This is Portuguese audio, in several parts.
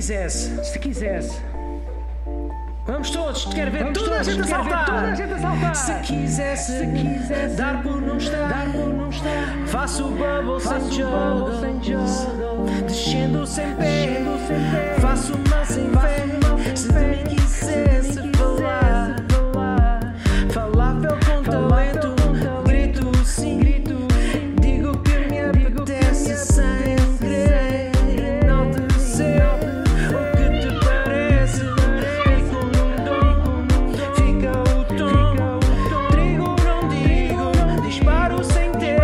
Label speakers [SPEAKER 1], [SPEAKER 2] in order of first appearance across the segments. [SPEAKER 1] se quisesse.
[SPEAKER 2] Vamos todos, quero ver
[SPEAKER 1] Vamos
[SPEAKER 2] toda
[SPEAKER 1] todos,
[SPEAKER 2] a gente a
[SPEAKER 1] quero ver
[SPEAKER 2] saltar.
[SPEAKER 1] toda a gente a saltar.
[SPEAKER 2] Se quisesse,
[SPEAKER 1] Se quisesse,
[SPEAKER 2] dar por não estar,
[SPEAKER 1] dar por não estar,
[SPEAKER 2] faço o bubble sem
[SPEAKER 1] faço
[SPEAKER 2] jogo,
[SPEAKER 1] bubble sem jogo.
[SPEAKER 2] descendo sem pé,
[SPEAKER 1] Descendo sem pé.
[SPEAKER 2] faço uma sem fé. Se me quisesse falar, falável com
[SPEAKER 1] Falável
[SPEAKER 2] talento,
[SPEAKER 1] com talento.
[SPEAKER 2] grito sim, digo que me apetece sem querer, não te sei o que te parece. Fico num dom, fica o tom. Trigo não digo, disparo sem ter.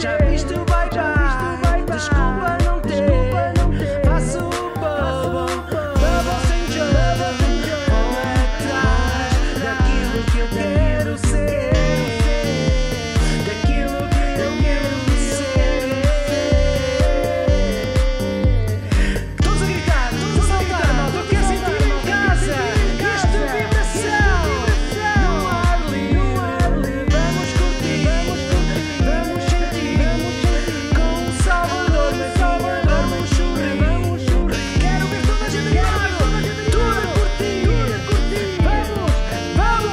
[SPEAKER 2] Já viste o bailar, desculpa não ter. Faço o bubble, bubble sem jogo. Vou atrás daquilo que eu quero ser. Daquilo que eu quero ser. Todos a gritar, todos a saltar, malta, eu quero sentir em casa. Esta vibração no ar livre. Vamos curtir, vamos sentir. Com o Salvador, vamos sorrir. Quero ver toda a gente ligada, toda a curtir. Vamos,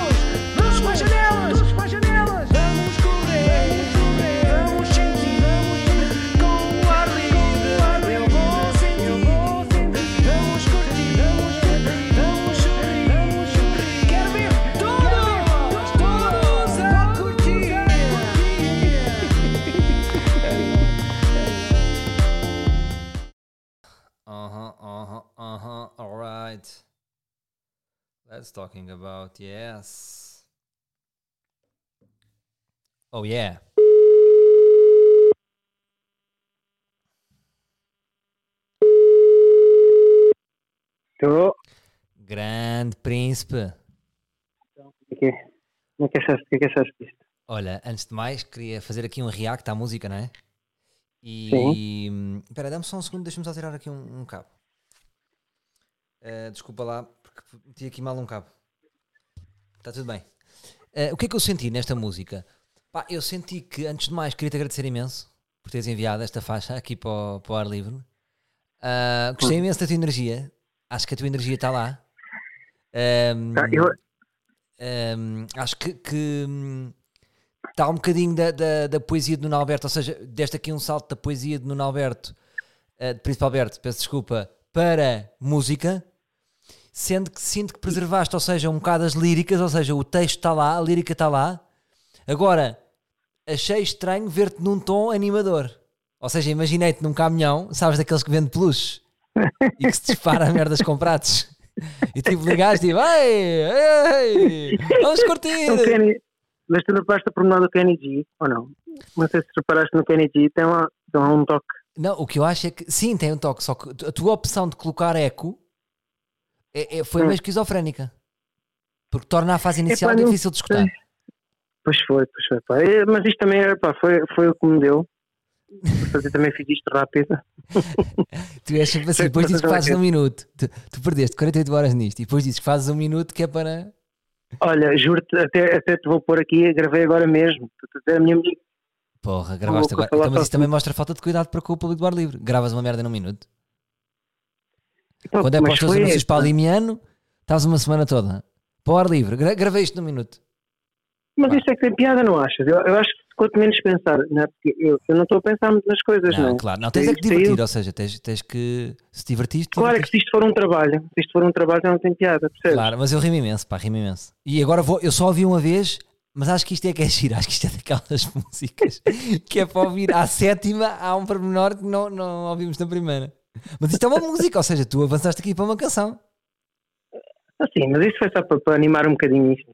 [SPEAKER 2] vamos, todos com as janelas. Vamos correr, vamos sentir, com o ar livre. Eu vou sentir, vamos curtir, vamos sorrir. Quero ver todos, todos a curtir.
[SPEAKER 3] Uh huh, uh huh, uh huh. All right. Let's talking about yes. Oh yeah.
[SPEAKER 4] Estou.
[SPEAKER 3] Grande príncipe.
[SPEAKER 4] O que é que é? Como é que achaste? O que é que achaste disto?
[SPEAKER 3] Olha, antes de mais, queria fazer aqui um react à música, não é? E. Espera, dá-me só um segundo, deixa-me só tirar aqui um, um cabo. Eh, desculpa lá, porque meti aqui mal um cabo. Está tudo bem. Eh, o que é que eu senti nesta música? Pá, eu senti que, antes de mais, queria-te agradecer imenso por teres enviado esta faixa aqui para o, para o ar livre. Ah, gostei imenso da tua energia. Acho que a tua energia está lá. Ahm,
[SPEAKER 4] Tá, eu,
[SPEAKER 3] Uhum. Hum, acho que, que, hum, está um bocadinho da, da, da poesia de Nuno Alberto, ou seja, deste aqui um salto da poesia de Nuno Alberto, eh, de Príncipe Alberto, peço desculpa, para música, sendo que sinto que preservaste, ou seja, um bocado as líricas, ou seja, o texto está lá, a lírica está lá. Agora, achei estranho ver-te num tom animador. Ou seja, imaginei-te num caminhão, sabes, daqueles que vende peluches e que se dispara a merdas com pratos. E tipo, ligaste e vai, ei, vamos
[SPEAKER 4] o
[SPEAKER 3] curtir.
[SPEAKER 4] Kenny, mas tu reparaste a pormenor do Kenny G, ou não? Não sei se reparaste no Kenny G, tem lá, tem lá um toque.
[SPEAKER 3] Não, o que eu acho é que, sim, tem um toque, só que a tua opção de colocar eco é- é- foi meio esquizofrénica. Porque torna a fase inicial
[SPEAKER 4] Hum. não
[SPEAKER 3] difícil de escutar.
[SPEAKER 4] Pois foi, pois foi. Pá. Eh, Mas isto também era, pá, foi, foi o que me deu. Por fazer também fiz isto rápido.
[SPEAKER 3] Tu és sempre assim,
[SPEAKER 4] Sei é que
[SPEAKER 3] depois dizes que
[SPEAKER 4] vocês
[SPEAKER 3] fazes
[SPEAKER 4] vão
[SPEAKER 3] um minuto. Tu, tu perdeste 48 horas nisto e depois dizes que fazes um minuto que é para.
[SPEAKER 4] Olha, juro-te, até, até te vou pôr aqui, gravei agora mesmo. Tu te a minha mulher.
[SPEAKER 3] Porra, gravaste
[SPEAKER 4] Vou
[SPEAKER 3] agora.
[SPEAKER 4] falar
[SPEAKER 3] Então, mas
[SPEAKER 4] só
[SPEAKER 3] isso também
[SPEAKER 4] assim.
[SPEAKER 3] mostra falta de cuidado para com o público do ar livre. Gravas uma merda num minuto.
[SPEAKER 4] Pá,
[SPEAKER 3] Quando é para
[SPEAKER 4] mas
[SPEAKER 3] os teus
[SPEAKER 4] foi
[SPEAKER 3] anúncios
[SPEAKER 4] esse, pá.
[SPEAKER 3] para o Limiano, estás uma semana toda. Para o ar livre. Gra- gravei isto num minuto.
[SPEAKER 4] Mas isso é que tem piada, não achas? Eu, eu acho que quanto menos pensar, não é? Porque eu, eu não estou a pensar muito nas coisas, não.
[SPEAKER 3] Não,
[SPEAKER 4] é?
[SPEAKER 3] claro. Não, tens é que
[SPEAKER 4] Isto saiu.
[SPEAKER 3] divertir, ou seja, tens, tens que. Se divertiste.
[SPEAKER 4] Claro que
[SPEAKER 3] divertiste.
[SPEAKER 4] se isto for um trabalho, se isto for um trabalho já não tem piada, percebes?
[SPEAKER 3] Claro, mas eu rimo imenso, pá, rimo imenso. E agora vou. Eu só ouvi uma vez. Mas acho que isto é que é giro, acho que isto é daquelas músicas que é para ouvir à sétima, há um pormenor que não, não ouvimos na primeira. Mas isto é uma música, ou seja, tu avançaste aqui para uma canção.
[SPEAKER 4] Assim, mas isso foi só para, para animar um bocadinho isto.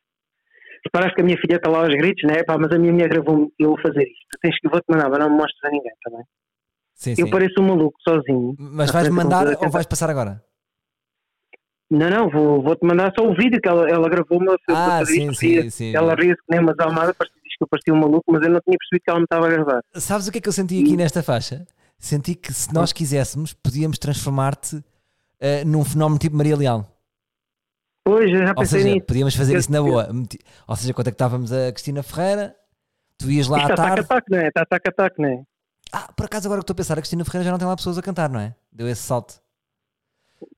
[SPEAKER 4] Reparaste que a minha filha está lá aos gritos, né? Pá, mas a minha mulher gravou-me, eu vou fazer isto. Tu Tens que, vou-te mandar, mas não me mostres a ninguém, está bem?
[SPEAKER 3] Sim,
[SPEAKER 4] Eu
[SPEAKER 3] sim.
[SPEAKER 4] pareço um maluco, sozinho. à
[SPEAKER 3] Mas vais
[SPEAKER 4] frente de um
[SPEAKER 3] mandar
[SPEAKER 4] computador a
[SPEAKER 3] ou vais passar agora?
[SPEAKER 4] Não, não, vou- vou-te mandar só o vídeo que ela, ela gravou-me. eu fui
[SPEAKER 3] Ah,
[SPEAKER 4] fazer
[SPEAKER 3] sim,
[SPEAKER 4] isto,
[SPEAKER 3] sim,
[SPEAKER 4] ria-se.
[SPEAKER 3] sim.
[SPEAKER 4] Ela ria-se que nem umas almadas, parece- diz que eu parecia um maluco, mas eu não tinha percebido que ela me estava a gravar.
[SPEAKER 3] Sabes o que é que eu senti
[SPEAKER 4] Hum.
[SPEAKER 3] aqui nesta faixa? Senti que se nós quiséssemos, podíamos transformar-te eh, num fenómeno tipo Maria Leal.
[SPEAKER 4] Pois, eu já
[SPEAKER 3] Ou
[SPEAKER 4] pensei
[SPEAKER 3] seja,
[SPEAKER 4] nisso.
[SPEAKER 3] podíamos fazer
[SPEAKER 4] Eu-
[SPEAKER 3] isso na boa. Meti- Ou seja, contactávamos a Cristina Ferreira, tu ias lá
[SPEAKER 4] Isto
[SPEAKER 3] à
[SPEAKER 4] está
[SPEAKER 3] tarde.
[SPEAKER 4] tac-atac, não é? Está tac-atac, não é?
[SPEAKER 3] é? Ah, por acaso agora que estou a pensar, a Cristina Ferreira já não tem lá pessoas a cantar, não é? Deu esse salto.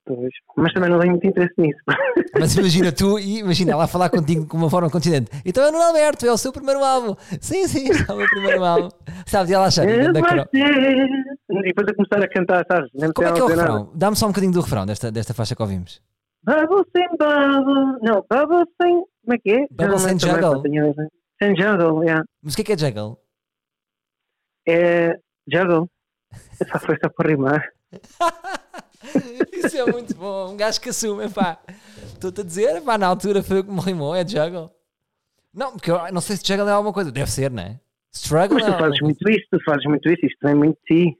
[SPEAKER 4] Pois. Mas também não tenho muito interesse nisso.
[SPEAKER 3] Tá, Ah, Mas imagina tu e imagina ela a falar contigo de uma forma continente. Então é o Nuno Alberto, é o seu primeiro álbum. Sim, sim, este é o meu primeiro álbum. Sabes? E ela achar.
[SPEAKER 4] É,
[SPEAKER 3] "Ganda cro-".
[SPEAKER 4] vai ser. é. E depois a começar a cantar, sabes? Mesmo
[SPEAKER 3] Como é
[SPEAKER 4] sem
[SPEAKER 3] que é o
[SPEAKER 4] ela dizer nada.
[SPEAKER 3] refrão? Dá-me só um bocadinho do refrão desta, desta faixa que ouvimos.
[SPEAKER 4] Bubble sem bubble. Não, bubble sem. Como é que é?
[SPEAKER 3] Bubble sem
[SPEAKER 4] Também
[SPEAKER 3] juggle.
[SPEAKER 4] só tenho essa. Sem juggle, yeah.
[SPEAKER 3] Mas o que é que é juggle?
[SPEAKER 4] é. Juggle. Essa foi só para rimar.
[SPEAKER 3] Isso é muito bom. Um gajo que assume, pá. Estou-te a dizer, pá, na altura foi o que me rimou, é juggle. Não, porque eu não sei se juggle é alguma coisa. Deve ser, não é? Struggle
[SPEAKER 4] Mas
[SPEAKER 3] é
[SPEAKER 4] tu
[SPEAKER 3] alguma
[SPEAKER 4] fazes
[SPEAKER 3] coisa.
[SPEAKER 4] muito isso, tu fazes muito isso, isto vem muito de ti.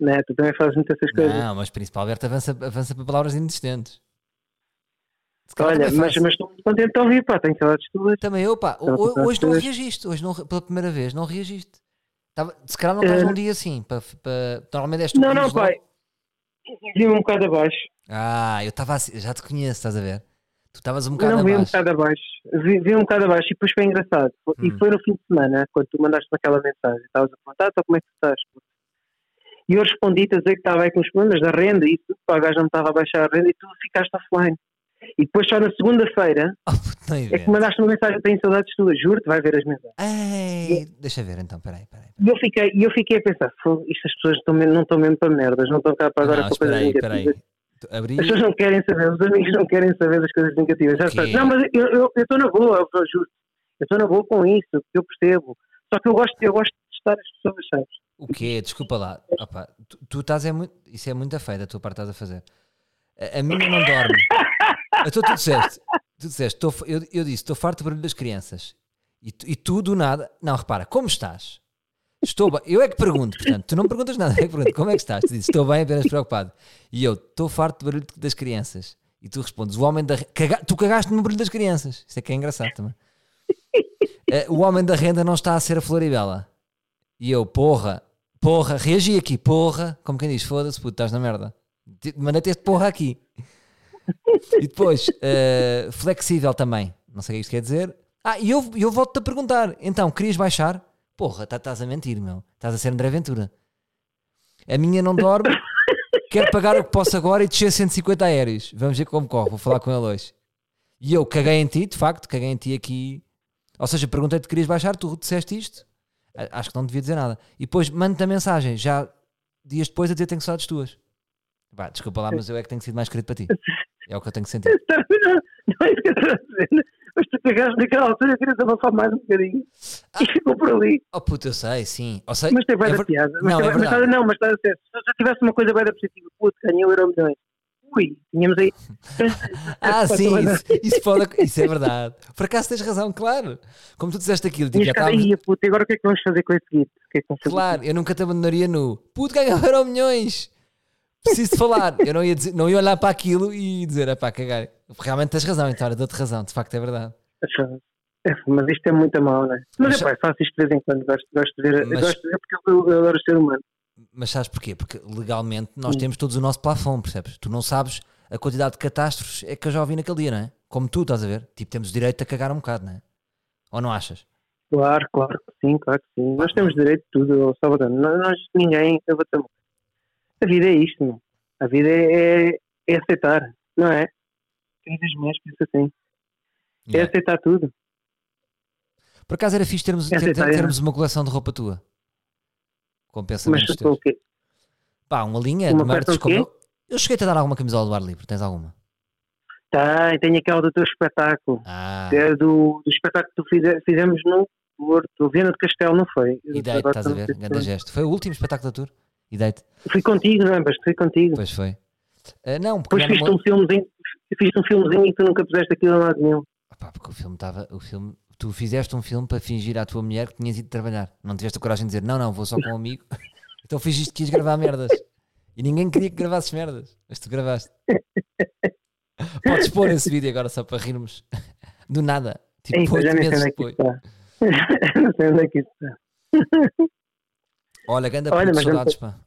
[SPEAKER 4] Né? Tu também fazes muito essas coisas.
[SPEAKER 3] Não, mas Príncipe Alberto avança, avança para palavras inexistentes. Se calhar
[SPEAKER 4] Olha,
[SPEAKER 3] também
[SPEAKER 4] mas,
[SPEAKER 3] faço.
[SPEAKER 4] mas estou muito contente de ouvir, pá, tenho saudades tuas.
[SPEAKER 3] Também eu, pá,
[SPEAKER 4] Estava a
[SPEAKER 3] ho-
[SPEAKER 4] pensar
[SPEAKER 3] hoje não
[SPEAKER 4] depois.
[SPEAKER 3] reagiste, hoje não, re- pela primeira vez não reagiste. Tava- se calhar não estás
[SPEAKER 4] Eh.
[SPEAKER 3] num dia assim, para, para, normalmente és tu que
[SPEAKER 4] Não, não,
[SPEAKER 3] dizes
[SPEAKER 4] pai.
[SPEAKER 3] logo.
[SPEAKER 4] Vi-me um bocado abaixo.
[SPEAKER 3] Ah, eu estava assim, já te conheço, estás a ver? Tu estavas um bocado
[SPEAKER 4] Não, vi um
[SPEAKER 3] abaixo.
[SPEAKER 4] bocado abaixo. Vi, vi um bocado abaixo e depois foi engraçado. E
[SPEAKER 3] Hum.
[SPEAKER 4] foi no fim de semana, quando tu mandaste-me aquela mensagem. Estavas a perguntar, então como é que tu estás? puto?" E eu respondi-te a dizer que estava aí com os problemas da renda e tudo, pá, o gajo não me estava a baixar a renda e tu ficaste offline. E depois só na segunda-feira
[SPEAKER 3] Oh, puto, não ia
[SPEAKER 4] é
[SPEAKER 3] ver.
[SPEAKER 4] que mandaste uma mensagem, tenho saudades tuas, juro-te, vai ver as mensagens.
[SPEAKER 3] Ei, deixa ver então, peraí, peraí.
[SPEAKER 4] E eu fiquei, e eu fiquei a pensar, "Fogo, isto as pessoas estão mesmo- não estão mesmo para merdas, não estão cá para agora
[SPEAKER 3] não,
[SPEAKER 4] para
[SPEAKER 3] espera
[SPEAKER 4] coisas
[SPEAKER 3] aí, espera aí.
[SPEAKER 4] negativas.
[SPEAKER 3] Tu- Abri.
[SPEAKER 4] As pessoas não querem saber, os amigos não querem saber das coisas negativas. Já
[SPEAKER 3] Ok.
[SPEAKER 4] sabes. Não, mas eu eu- eu estou na boa, eu eu juro. Eu estou na boa com isso, porque eu percebo. Só que eu gosto, eu gosto de testar as pessoas, sabes?
[SPEAKER 3] O quê? Desculpa lá. Opa, tu, tu estás é muito. Isso é muita feia da tua parte estás a fazer. A, a minha não dorme. Então tu disseste, tu disseste tô f- eu, eu disse, estou farto de barulho das crianças. E tu, e tu do nada. Não, repara, como estás? Estou bem. Eu é que pergunto, portanto, tu não me perguntas nada, eu é que pergunto, como é que estás? Tu dizes, estou bem, apenas preocupado. E eu, estou farto de barulho das crianças. E tu respondes, o homem da. re- Caga... Tu cagaste no barulho das crianças. Isso é que é engraçado também. Eh, o homem da renda não está a ser a Floribela. E eu, porra, porra, reagi aqui, porra, como quem diz, foda-se, puto, estás na merda. Ti- Mandei-te este porra aqui. E depois, eh, flexível também, não sei o que isto quer dizer. Ah, e eu, eu volto-te a perguntar, então, querias baixar? Porra, tá- estás a mentir, meu, estás a ser André Ventura. A minha não dorme, quero pagar o que posso agora e descer 150 aéreos. Vamos ver como corre, vou falar com ele hoje. E eu caguei em ti, de facto, caguei em ti aqui. Ou seja, perguntei-te, querias baixar, tu disseste isto? A- Acho que não devia dizer nada. E depois manda-te a mensagem, já dias depois, a dizer tenho saudades tuas. Vá, desculpa lá, mas eu é que tenho sido mais querido para ti. É o que eu tenho que sentir.
[SPEAKER 4] Não, não é isso que eu estou a dizer. Mas tu cagaste naquela altura, eu queria abafar mais um bocadinho. E ficou por ali.
[SPEAKER 3] Oh puto, eu sei, sim. Ou sei,
[SPEAKER 4] Mas tem bem
[SPEAKER 3] Ah. é
[SPEAKER 4] da
[SPEAKER 3] ver-
[SPEAKER 4] piada. Mas tem
[SPEAKER 3] não, é
[SPEAKER 4] bué- mas
[SPEAKER 3] verdade.
[SPEAKER 4] tá- não, mas está a ser. Se eu tivesse uma coisa bem da positiva, puto, ganhei o euro milhões. Ui, tínhamos aí.
[SPEAKER 3] Ah,
[SPEAKER 4] Pá,
[SPEAKER 3] sim,
[SPEAKER 4] também não-
[SPEAKER 3] isso, isso pode, ac- isso é verdade. Por acaso tens razão, claro. Como tu disseste aquilo, tipo,
[SPEAKER 4] Tinhas
[SPEAKER 3] já
[SPEAKER 4] cara
[SPEAKER 3] estávamos-
[SPEAKER 4] aí, puto, e agora o que é que vamos fazer com esse guito? O que é que vamos fazer?
[SPEAKER 3] Claro, eu nunca te abandonaria nu. Puto, ganharam milhões. Preciso de falar. Eu não ia, dizer- não ia olhar para aquilo e dizer, ah pá, cagar. Realmente tens razão, então, olha, dou-te razão, de facto é verdade.
[SPEAKER 4] Acho- é, Mas isto é muito mal, não é? Mas,
[SPEAKER 3] Mas-
[SPEAKER 4] é pá, faço isto de vez em quando, gosto, gosto de ver,
[SPEAKER 3] Mas-
[SPEAKER 4] gosto de ver porque eu, eu adoro ser humano.
[SPEAKER 3] Mas sabes porquê? Porque legalmente nós temos todos o nosso plafond, percebes? Tu não sabes a quantidade de catástrofes é que eu já ouvi naquele dia, não é? Como tu, estás a ver? Tipo, temos o direito a cagar um bocado, não é? Ou não achas?
[SPEAKER 4] Claro, claro que sim, claro que sim. Nós temos direito de tudo, ó, Salvador. Nós, nós ninguém, eu vou ter... A vida é isto, não. A vida é, é, é aceitar, não é? Cada vez mais penso assim. É
[SPEAKER 3] Yeah.
[SPEAKER 4] aceitar tudo.
[SPEAKER 3] Por acaso era fixe termos,
[SPEAKER 4] É
[SPEAKER 3] ter- ter-
[SPEAKER 4] aceitável.
[SPEAKER 3] termos uma coleção de roupa tua. Com
[SPEAKER 4] Mas
[SPEAKER 3] pensamentos
[SPEAKER 4] tu o
[SPEAKER 3] teus.
[SPEAKER 4] quê?
[SPEAKER 3] Pá, uma linha
[SPEAKER 4] Uma
[SPEAKER 3] de merdes
[SPEAKER 4] coleção
[SPEAKER 3] como
[SPEAKER 4] de
[SPEAKER 3] eu. Eu cheguei-te a dar alguma camisola do ar livre, tens alguma?
[SPEAKER 4] Tá, tenho aquela do teu espetáculo.
[SPEAKER 3] Ah,
[SPEAKER 4] que É do, do espetáculo que tu fize- fizemos no Porto, Viana de Castelo, não foi?
[SPEAKER 3] e dei
[SPEAKER 4] Agora
[SPEAKER 3] estás a
[SPEAKER 4] não
[SPEAKER 3] ver?
[SPEAKER 4] sei se
[SPEAKER 3] Grande
[SPEAKER 4] foi.
[SPEAKER 3] gesto. Foi o último espetáculo da tour? E dei-te?
[SPEAKER 4] Fui contigo, não é? Mas fui contigo.
[SPEAKER 3] Pois foi. Ah, não, porque
[SPEAKER 4] Depois
[SPEAKER 3] já não
[SPEAKER 4] fiz
[SPEAKER 3] me
[SPEAKER 4] um filmezinho, fiz um filmezinho e tu nunca puseste aquilo a lado nenhum.
[SPEAKER 3] Ah pá, porque o filme estava. O filme, tu fizeste um filme para fingir à tua mulher que tinhas ido trabalhar. Não tiveste a coragem de dizer não, não, vou só com um amigo. Então fingiste que ias gravar merdas. E ninguém queria que gravasses merdas. Mas tu gravaste. Podes pôr esse vídeo agora só para rirmos. Do nada.
[SPEAKER 4] Ei,
[SPEAKER 3] Tipo,
[SPEAKER 4] eu já
[SPEAKER 3] oito
[SPEAKER 4] nem sei
[SPEAKER 3] meses
[SPEAKER 4] onde é que
[SPEAKER 3] depois.
[SPEAKER 4] isso está. não sei onde é que isso está.
[SPEAKER 3] Olha, ganda
[SPEAKER 4] Olha,
[SPEAKER 3] puto,
[SPEAKER 4] mas não
[SPEAKER 3] saudades, pá.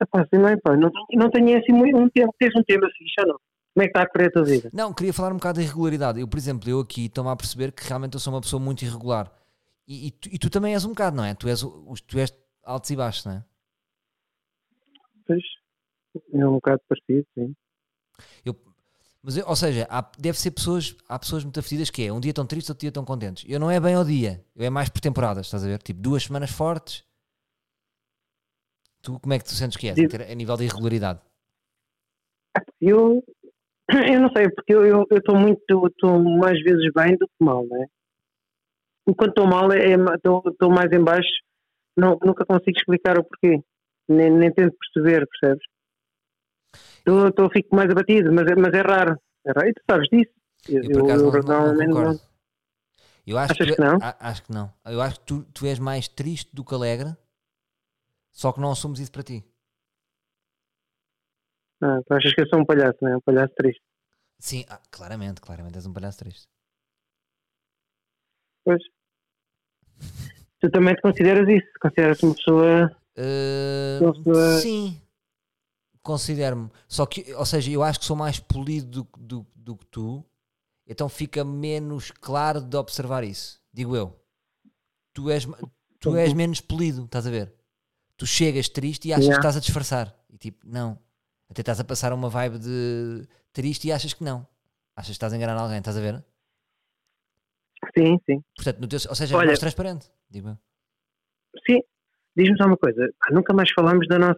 [SPEAKER 4] Epá, assim, não, é, pá, não, tenho- não tenho assim muito um tempo, tens um tema fixe ou não? Como é que está a correr a tua vida?
[SPEAKER 3] Não, queria falar um bocado da irregularidade. Eu, por exemplo, eu aqui estou-me a perceber que realmente eu sou uma pessoa muito irregular. E, e tu, e tu também és um bocado, não é? Tu és, o- os- tu és altos e baixos, não é?
[SPEAKER 4] Pois, é um bocado parecido, sim.
[SPEAKER 3] Eu, mas, eu- ou seja, há, deve ser pessoas, há pessoas muito afligidas que é um dia tão triste, outro dia tão contentes. Eu não é bem ao dia, eu é mais por temporadas, estás a ver? Tipo, duas semanas fortes. Tu como é que tu sentes que é?
[SPEAKER 4] Sim.
[SPEAKER 3] A nível de irregularidade.
[SPEAKER 4] Eu, eu não sei, porque eu eu- eu estou muito, estou mais vezes bem do que mal, né? Enquanto estou mal, é- é ma- estou estou mais em baixo, não, nunca consigo explicar o porquê, nem, nem tento perceber, percebes? Eu, eu tô- fico mais abatido, mas, é- mas é raro, é raro, e tu sabes disso. Eu,
[SPEAKER 3] Eu por acaso
[SPEAKER 4] eu
[SPEAKER 3] não, não, não
[SPEAKER 4] normalmente não-
[SPEAKER 3] concordo. Eu acho
[SPEAKER 4] Achas
[SPEAKER 3] tu-
[SPEAKER 4] que não?
[SPEAKER 3] a- acho que não. Eu acho que tu, tu és mais triste do que alegre, só que não assumes isso para ti.
[SPEAKER 4] Ah, tu achas que eu sou um palhaço, né? Um palhaço triste.
[SPEAKER 3] Sim, ah, claramente, claramente és um palhaço triste.
[SPEAKER 4] Pois. Tu também te consideras isso, consideras-te uma pessoa.
[SPEAKER 3] Uh,
[SPEAKER 4] Não sei.
[SPEAKER 3] sim, considero-me. Só que, ou seja, eu acho que sou mais polido do, que- do, do que tu, então fica menos claro de observar isso. Digo eu, tu és, ma- tu és menos polido, estás a ver? Tu chegas triste e achas
[SPEAKER 4] Yeah.
[SPEAKER 3] que estás a disfarçar. E tipo, não. Até estás a passar uma vibe de triste e achas que não. Achas que estás a enganar alguém, estás a ver?
[SPEAKER 4] Sim, sim.
[SPEAKER 3] Portanto, no teu, ou seja, é
[SPEAKER 4] Olha-
[SPEAKER 3] mais transparente. Digo eu.
[SPEAKER 4] Sim. Diz-me só uma coisa, pá, nunca mais falámos da nossa,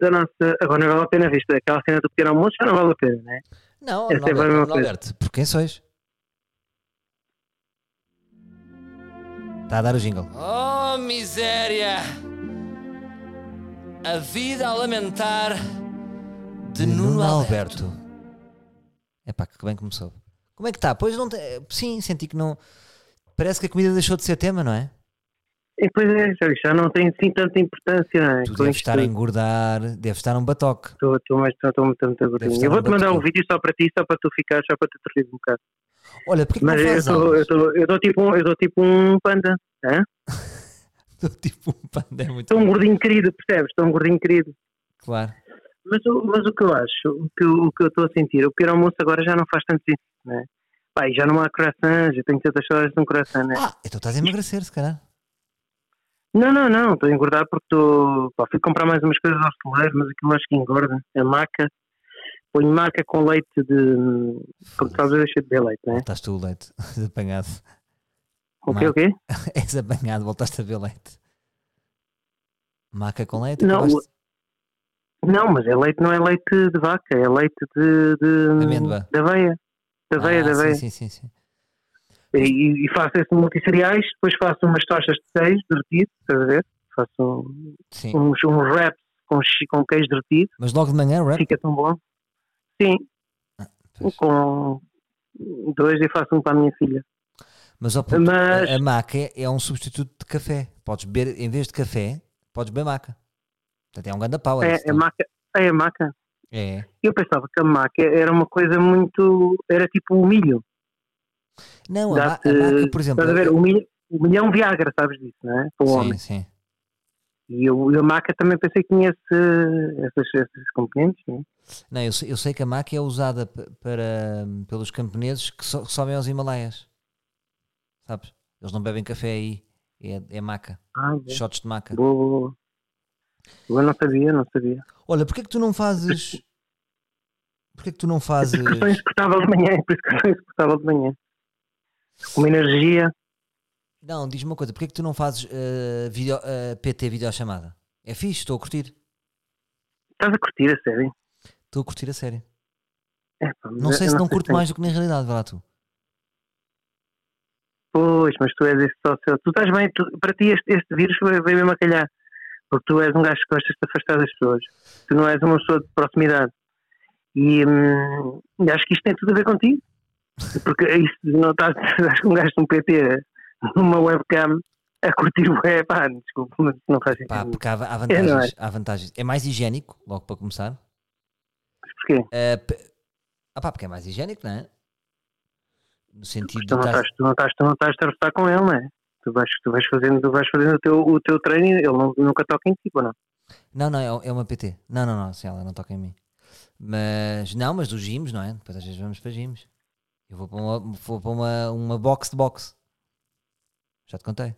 [SPEAKER 4] da nossa. Agora não vale a pena, visto aquela cena do pequeno almoço, já não vale a pena, né?
[SPEAKER 3] Não,
[SPEAKER 4] Essa é a
[SPEAKER 3] Norberto,
[SPEAKER 4] mesma coisa.
[SPEAKER 3] Norberto, por quem sois? Está a dar o jingle.
[SPEAKER 2] Oh, miséria! A vida a lamentar de Nuno Alberto.
[SPEAKER 3] É pá, que bem que me soube. Como é que está? Pois não tem- Sim, senti que não. Parece que a comida deixou de ser tema, não é?
[SPEAKER 4] E pois é, já, já não tem assim tanta importância, não é?
[SPEAKER 3] Tu
[SPEAKER 4] Com
[SPEAKER 3] deves
[SPEAKER 4] isto
[SPEAKER 3] estar a
[SPEAKER 4] tudo.
[SPEAKER 3] engordar, deves estar um batoque.
[SPEAKER 4] Estou- Estou mais- estou- estou muito, muito gordinho.
[SPEAKER 3] estar
[SPEAKER 4] Eu vou-te
[SPEAKER 3] um
[SPEAKER 4] mandar um
[SPEAKER 3] batuque.
[SPEAKER 4] vídeo só para ti, só para tu ficar, só para tu te rir um bocado.
[SPEAKER 3] Olha, porque não
[SPEAKER 4] Mas eu
[SPEAKER 3] fazes
[SPEAKER 4] sou, eu,
[SPEAKER 3] aulas?
[SPEAKER 4] sou, eu, sou tipo um, eu sou tipo um panda. hã?
[SPEAKER 3] Estou tipo um panda, é muito
[SPEAKER 4] Estou um gordinho querido, percebes? Estou um gordinho querido.
[SPEAKER 3] claro.
[SPEAKER 4] Mas, o- mas o que eu acho, o que, eu- o que eu estou a sentir, o pequeno almoço agora já não faz tanto sentido, né? Pai, já não há coração, já tenho tantas horas de um coração, né?
[SPEAKER 3] Ah, então estás a emagrecer, se calhar.
[SPEAKER 4] Não, não, não, estou a engordar porque estou. pá, Fui comprar mais umas coisas ao celeiro, mas aquilo acho que engorda. É maca. Ponho maca com leite de. Como sabes, eu deixei de beber leite, né?
[SPEAKER 3] Estás tu o leite, apanhado.
[SPEAKER 4] O quê, o quê?
[SPEAKER 3] És apanhado, voltaste a ver leite. Maca com leite?
[SPEAKER 4] Não,
[SPEAKER 3] acabaste?
[SPEAKER 4] Não, mas é leite, não é leite de vaca, é leite de. de
[SPEAKER 3] Amêndoa.
[SPEAKER 4] Da aveia. Da aveia,
[SPEAKER 3] Ah,
[SPEAKER 4] da
[SPEAKER 3] sim,
[SPEAKER 4] aveia.
[SPEAKER 3] Sim, sim, sim.
[SPEAKER 4] E, e faço esse multicereais, depois faço umas tochas de queijo derretido, estás a ver? Faço um-
[SPEAKER 3] Sim.
[SPEAKER 4] uns, uns wraps com, chi- com queijo derretido,
[SPEAKER 3] Mas logo de manhã, rap?
[SPEAKER 4] fica tão bom. Sim,
[SPEAKER 3] Ah. Pois.
[SPEAKER 4] com dois e faço um para a minha filha.
[SPEAKER 3] Mas, ó puto,
[SPEAKER 4] Mas-
[SPEAKER 3] a- a maca é, é um substituto de café. Podes beber, em vez de café, podes beber maca. Portanto, é um ganda power. isso,
[SPEAKER 4] É, é
[SPEAKER 3] não?
[SPEAKER 4] maca. É, é maca.
[SPEAKER 3] É.
[SPEAKER 4] Eu pensava que a maca era uma coisa muito. Era tipo o milho.
[SPEAKER 3] Não, a, ma-
[SPEAKER 4] Dá-te-
[SPEAKER 3] a maca, por exemplo.
[SPEAKER 4] Estás a ver? O milho, o milho é um Viagra, sabes disso, não é? Para o
[SPEAKER 3] sim,
[SPEAKER 4] homem.
[SPEAKER 3] sim.
[SPEAKER 4] E eu, eu a maca também pensei que tinha esse, essas, esses componentes, não é?
[SPEAKER 3] Não, eu, sei- eu sei que a maca é usada p- para, pelos camponeses que so- que sobem aos Himalaias. Sabes? Eles não bebem café aí. É, é maca.
[SPEAKER 4] Ah, boa,
[SPEAKER 3] Shots de maca.
[SPEAKER 4] boa, boa. Eu não sabia, não sabia.
[SPEAKER 3] Olha, porquê que tu não fazes. Porquê que tu não fazes.
[SPEAKER 4] Por isso que eu sou insuportável de manhã, por isso que eu sou insuportável de manhã. Uma energia.
[SPEAKER 3] Não, diz-me uma coisa, porquê que tu não fazes eh, video, eh, PT videochamada? É fixe, estou a curtir.
[SPEAKER 4] Estás a curtir a série?
[SPEAKER 3] Estou a curtir a sério.
[SPEAKER 4] É, pá, mas
[SPEAKER 3] Não
[SPEAKER 4] eu
[SPEAKER 3] sei se não curto
[SPEAKER 4] tenho-
[SPEAKER 3] mais do que na realidade, vá lá tu.
[SPEAKER 4] Pois, mas tu és esse sócio. Tu estás bem, tu- para ti este, este vírus veio veio mesmo a calhar. Porque tu és um gajo que gostas de te afastar das pessoas. Tu não és uma pessoa de proximidade. E hum, acho que isto tem tudo a ver contigo. Porque isso não estás, estás com um gajo de um PT numa webcam a curtir o é pá, desculpa, mas isso não faz
[SPEAKER 3] Pá,
[SPEAKER 4] sentido.
[SPEAKER 3] porque há,
[SPEAKER 4] É, não é?
[SPEAKER 3] há vantagens, há vantagens. É mais higiênico, logo para começar.
[SPEAKER 4] Porquê?
[SPEAKER 3] Eh, p- ah pá, porque é mais higiênico, não é? No sentido
[SPEAKER 4] Porque
[SPEAKER 3] de
[SPEAKER 4] tu Então não
[SPEAKER 3] estar-
[SPEAKER 4] estás, tu não estás, tu não estás a atravessar com ele, não é? Tu vais, tu vais fazendo, tu vais fazendo o, teu, o teu treino e ele não- nunca toca em ti, ou não?
[SPEAKER 3] Não, não, é, é uma PT. Não, não, não, sim, ela não toca em mim. Mas, não, mas dos gyms, não é? Depois às vezes vamos para gyms. Eu vou para uma, vou para uma, uma box de boxe. Já te contei.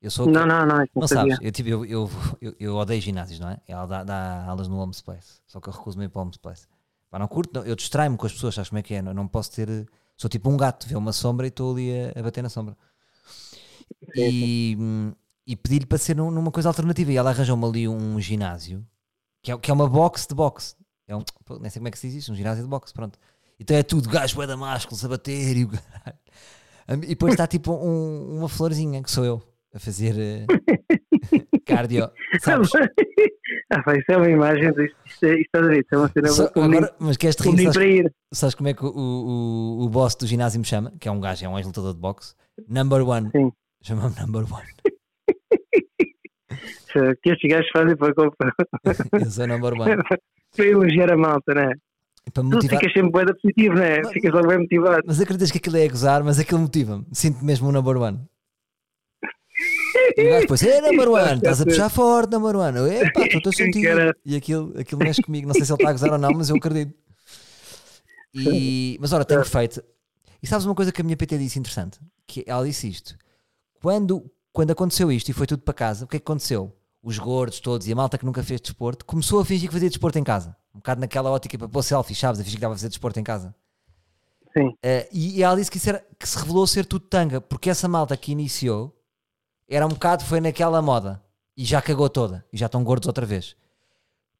[SPEAKER 3] Eu sou aquele-
[SPEAKER 4] Não, não, não, isso não,
[SPEAKER 3] Não
[SPEAKER 4] sabia.
[SPEAKER 3] sabes, eu, tipo, eu, eu, eu, eu odeio ginásios, não é? Ela dá, dá aulas no Homes Place, só que eu recuso-me a ir para o Homes Place. Pá, não curto, não, eu distraio-me com as pessoas, sabes como é que é? Não, não posso ter. Sou tipo um gato, vê uma sombra e estou ali a, a bater na sombra. E, hum, e pedi-lhe para ser num- numa coisa alternativa. E ela arranjou-me ali um ginásio, que é, que é uma box de boxe. É um, pô, nem sei como é que se diz isso, um ginásio de boxe, pronto. Então é tudo, gajo bué da másculos a bater e o caralho. E depois está tipo um- uma florzinha, que sou eu, a fazer eh, cardio. Sabes?
[SPEAKER 4] ah, pá, isso é uma imagem disto. Isto é- isto está direito. É uma cena.
[SPEAKER 3] Só-
[SPEAKER 4] um menino-
[SPEAKER 3] agora, mas queres te
[SPEAKER 4] um
[SPEAKER 3] rir?
[SPEAKER 4] menino
[SPEAKER 3] Sabes,
[SPEAKER 4] para ir.
[SPEAKER 3] sabes como é que o, o, o boss do ginásio me chama? Que é um gajo, é um ex-lutador de boxe. Number one.
[SPEAKER 4] Sim.
[SPEAKER 3] Chama-me number one.
[SPEAKER 4] O que estes gajos fazem para, para,
[SPEAKER 3] Eu sou number one.
[SPEAKER 4] para elogiar a malta, não é?
[SPEAKER 3] E Para me
[SPEAKER 4] Tu
[SPEAKER 3] motivar.
[SPEAKER 4] ficas sempre bué da positivo, não é?
[SPEAKER 3] Mas-
[SPEAKER 4] Ficas logo bem motivado.
[SPEAKER 3] Mas acreditas que aquilo é a gozar, mas aquilo motiva-me. Sinto-me mesmo um number one. E o gajo depois, é number one, estás a puxar forte, number one. Eu, Epá, estou a sentir.
[SPEAKER 4] Cara.
[SPEAKER 3] E aquilo, aquilo mexe comigo. Não sei se ele está a gozar ou não, mas eu acredito. E, mas ora, tenho feito. E sabes uma coisa que a minha PT disse interessante? Que ela disse isto. Quando, quando aconteceu isto e foi tudo para casa, o que é que aconteceu? Os gordos todos e a malta que nunca fez desporto começou a fingir que fazia desporto em casa. Um bocado naquela ótica para pôr selfies, sabes? A fingir que estava a fazer desporto em casa.
[SPEAKER 4] Sim.
[SPEAKER 3] Eh, e e ela disse que, isso era- que se revelou ser tudo tanga, porque essa malta que iniciou era um bocado, foi naquela moda e já cagou toda e já estão gordos outra vez.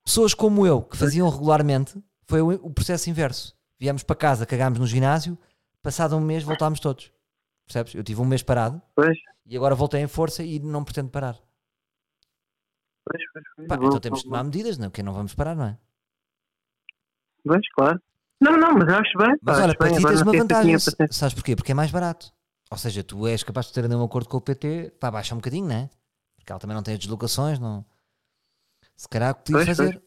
[SPEAKER 3] Pessoas como eu, que faziam regularmente, foi o, o processo inverso. Viemos para casa, cagámos no ginásio, passado um mês voltámos todos. Percebes? Eu tive um mês parado
[SPEAKER 4] Pois,
[SPEAKER 3] e agora voltei em força e não pretendo parar.
[SPEAKER 4] pois, pois. pois.
[SPEAKER 3] Pá,
[SPEAKER 4] Vou-
[SPEAKER 3] então temos de
[SPEAKER 4] vou-
[SPEAKER 3] tomar medidas, não? Porque não vamos parar, não é?
[SPEAKER 4] Pois, claro. Não, não, mas acho bem.
[SPEAKER 3] Mas
[SPEAKER 4] pá,
[SPEAKER 3] olha,
[SPEAKER 4] acho
[SPEAKER 3] para
[SPEAKER 4] bem. Agora
[SPEAKER 3] ti tens
[SPEAKER 4] não
[SPEAKER 3] uma
[SPEAKER 4] sei se eu tinha
[SPEAKER 3] vantagem.
[SPEAKER 4] paciência.
[SPEAKER 3] Sabes porquê? Porque é mais barato. Ou seja, tu és capaz de ter ainda um acordo com o PT, pá, baixa um bocadinho, não é? Porque ela também não tem as deslocações, não. Se calhar podias
[SPEAKER 4] Pois,
[SPEAKER 3] fazer.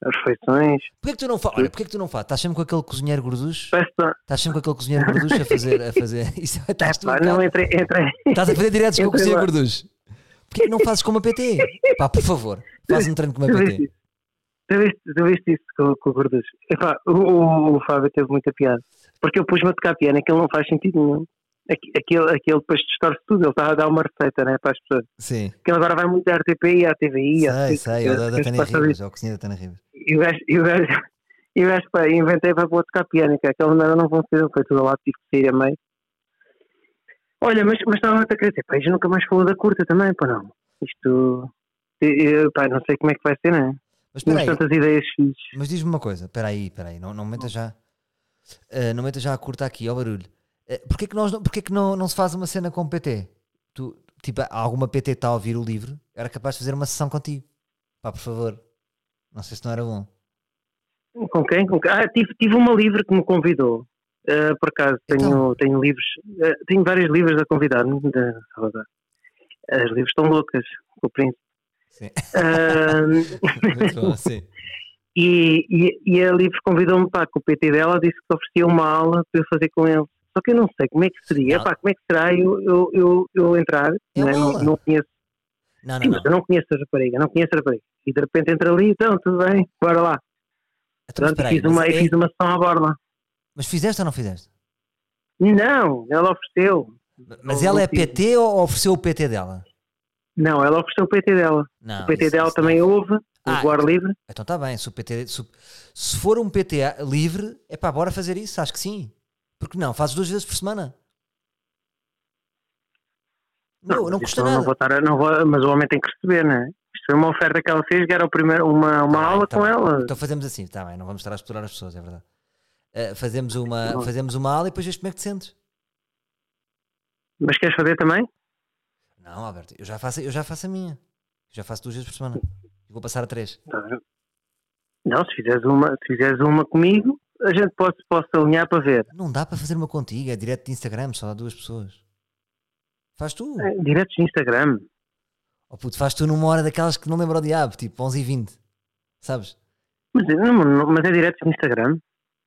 [SPEAKER 4] As refeições.
[SPEAKER 3] Porquê que tu não fazes? Olha, porquê que tu não fazes? Estás sempre com aquele cozinheiro gorducho?
[SPEAKER 4] Parece que não-
[SPEAKER 3] Estás sempre com aquele cozinheiro gorducho a fazer. A fazer... Isso, é, estás, tu,
[SPEAKER 4] Pá,
[SPEAKER 3] cara.
[SPEAKER 4] não, entre, entre.
[SPEAKER 3] Estás a fazer diretos com o
[SPEAKER 4] Entra
[SPEAKER 3] cozinheiro
[SPEAKER 4] lá.
[SPEAKER 3] gorducho. Porquê que não fazes com uma PT? Pá, por favor, faz um treino com uma
[SPEAKER 4] Tu viste
[SPEAKER 3] PT.
[SPEAKER 4] isso? Tu viste, tu viste isso com, com o Gorducho? Epá, o, o, o Fábio teve muita piada. Porque eu pus-me a tocar piano, aquilo não faz sentido nenhum. Aqui- Aquilo, aquilo depois distorce tudo, ele está a dar uma receita né, para as pessoas.
[SPEAKER 3] Sim.
[SPEAKER 4] Aquilo agora vai muito à RTP e à TVI. à-
[SPEAKER 3] Sei, sei, é o da- da
[SPEAKER 4] Mas
[SPEAKER 3] Tânia
[SPEAKER 4] passa
[SPEAKER 3] Ribas,
[SPEAKER 4] disso.
[SPEAKER 3] é o cozinheiro da Tânia Ribas.
[SPEAKER 4] E o gajo, e o gajo, e o gajo pá, inventei para pôr a tocar piano, que aquela merda não funciona, foi tudo lá, tive que sair a meio. Olha, mas, mas estava a querer dizer, pá, isto nunca mais falou da curta também, pá, não. Isto, eh, eh, pá, não sei como é que vai ser, não é?
[SPEAKER 3] Mas espera
[SPEAKER 4] Temos
[SPEAKER 3] aí,
[SPEAKER 4] tantas ideias fixes.
[SPEAKER 3] Mas diz-me uma coisa, espera aí, espera aí, não, não meta já, eh, não meta já a curta aqui ao barulho. Eh, porquê que, nós, não- porquê que não, não se faz uma cena com PT? Tu, tipo, há alguma PT que está a ouvir o livro, era capaz de fazer uma sessão contigo. Pá, por favor. Não sei se não era bom.
[SPEAKER 4] Com quem? Com quem? Ah, tive, tive uma livre que me convidou. Ah, por acaso, tenho,
[SPEAKER 3] Então.
[SPEAKER 4] tenho livros, ah, tenho vários livros a convidar-me. de- As livros estão loucas, com o príncipe.
[SPEAKER 3] Sim.
[SPEAKER 4] Ah,
[SPEAKER 3] Muito bom, sim.
[SPEAKER 4] e, e, e a livre convidou-me para que o PT dela disse que oferecia uma aula para eu fazer com ele. Só que eu não sei como é que seria,
[SPEAKER 3] Não.
[SPEAKER 4] Epá, como é que será eu, eu, eu, eu entrar,
[SPEAKER 3] É uma
[SPEAKER 4] né? não,
[SPEAKER 3] aula.
[SPEAKER 4] não conheço
[SPEAKER 3] Não, não,
[SPEAKER 4] Sim,
[SPEAKER 3] não.
[SPEAKER 4] mas eu não conheço a rapariga, não conheço a rapariga. E de repente entra ali, então, tudo bem, bora lá.
[SPEAKER 3] Então, mas
[SPEAKER 4] Portanto,
[SPEAKER 3] espera aí,
[SPEAKER 4] fiz, uma,
[SPEAKER 3] mas, é-
[SPEAKER 4] fiz uma sessão à borla.
[SPEAKER 3] mas fizeste ou não fizeste?
[SPEAKER 4] Não, ela ofereceu.
[SPEAKER 3] Mas
[SPEAKER 4] Não-
[SPEAKER 3] ela
[SPEAKER 4] não
[SPEAKER 3] é
[SPEAKER 4] fiz.
[SPEAKER 3] PT ou ofereceu o PT dela?
[SPEAKER 4] Não, ela ofereceu o PT dela.
[SPEAKER 3] Não.
[SPEAKER 4] o PT
[SPEAKER 3] Ah, isso-
[SPEAKER 4] dela
[SPEAKER 3] isso não.
[SPEAKER 4] também houve,
[SPEAKER 3] Ah,
[SPEAKER 4] o Guarda Livre.
[SPEAKER 3] Então está bem, se, o PT, se, o- se for um PT a- livre, é pá, bora fazer isso, acho que sim. Porque não, fazes duas vezes por semana. Não, não
[SPEAKER 4] mas
[SPEAKER 3] custa
[SPEAKER 4] isso
[SPEAKER 3] nada.
[SPEAKER 4] Então, Não vou estar, a- não vou, mas o homem tem que receber, não é? Isto foi uma oferta que ela fez, que era o primeiro, uma, uma
[SPEAKER 3] Tá bem,
[SPEAKER 4] aula
[SPEAKER 3] tá
[SPEAKER 4] com
[SPEAKER 3] bem.
[SPEAKER 4] ela.
[SPEAKER 3] Então fazemos assim, está bem, não vamos estar a explorar as pessoas, é verdade. Eh, fazemos, uma,
[SPEAKER 4] Não.
[SPEAKER 3] fazemos uma aula e depois vês como é que te sentes.
[SPEAKER 4] Mas queres fazer também?
[SPEAKER 3] Não, Alberto, eu já faço, eu já faço a minha. Eu já faço duas vezes por semana. E vou passar a três.
[SPEAKER 4] Tá bem. Não, se fizeres uma, se fizeres uma comigo, a gente pode, pode alinhar para ver.
[SPEAKER 3] Não dá para fazer uma contigo, é direto de Instagram, só há duas pessoas. Faz tu.
[SPEAKER 4] É, Diretos de Instagram.
[SPEAKER 3] Oh puto, faz tu numa hora daquelas que não lembro o diabo, tipo 11 e 20 Sabes?
[SPEAKER 4] Mas, não, não, mas é diretos de Instagram.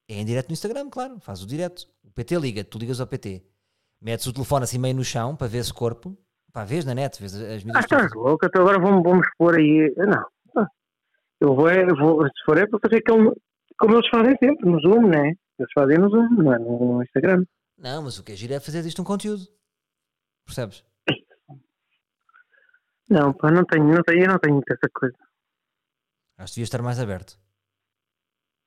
[SPEAKER 3] É em direto no Instagram, claro. Faz o direto. O PT liga, tu ligas ao PT. Metes o telefone assim meio no chão para ver esse corpo. Pá, vês na net, vês as- as
[SPEAKER 4] Ah,
[SPEAKER 3] medidas
[SPEAKER 4] estás louco, então agora vamos, vamos pôr aí. Não. Ah, Eu vou, é- eu vou, se for é para fazer aquele, como eles fazem sempre, no Zoom, não é? Eles fazem no Zoom, não é no, no Instagram.
[SPEAKER 3] Não, mas o que é giro é fazer disto um conteúdo. Percebes?
[SPEAKER 4] Não, pá, não tenho, não tenho, eu não tenho muita essa coisa.
[SPEAKER 3] Acho que devia estar mais aberto.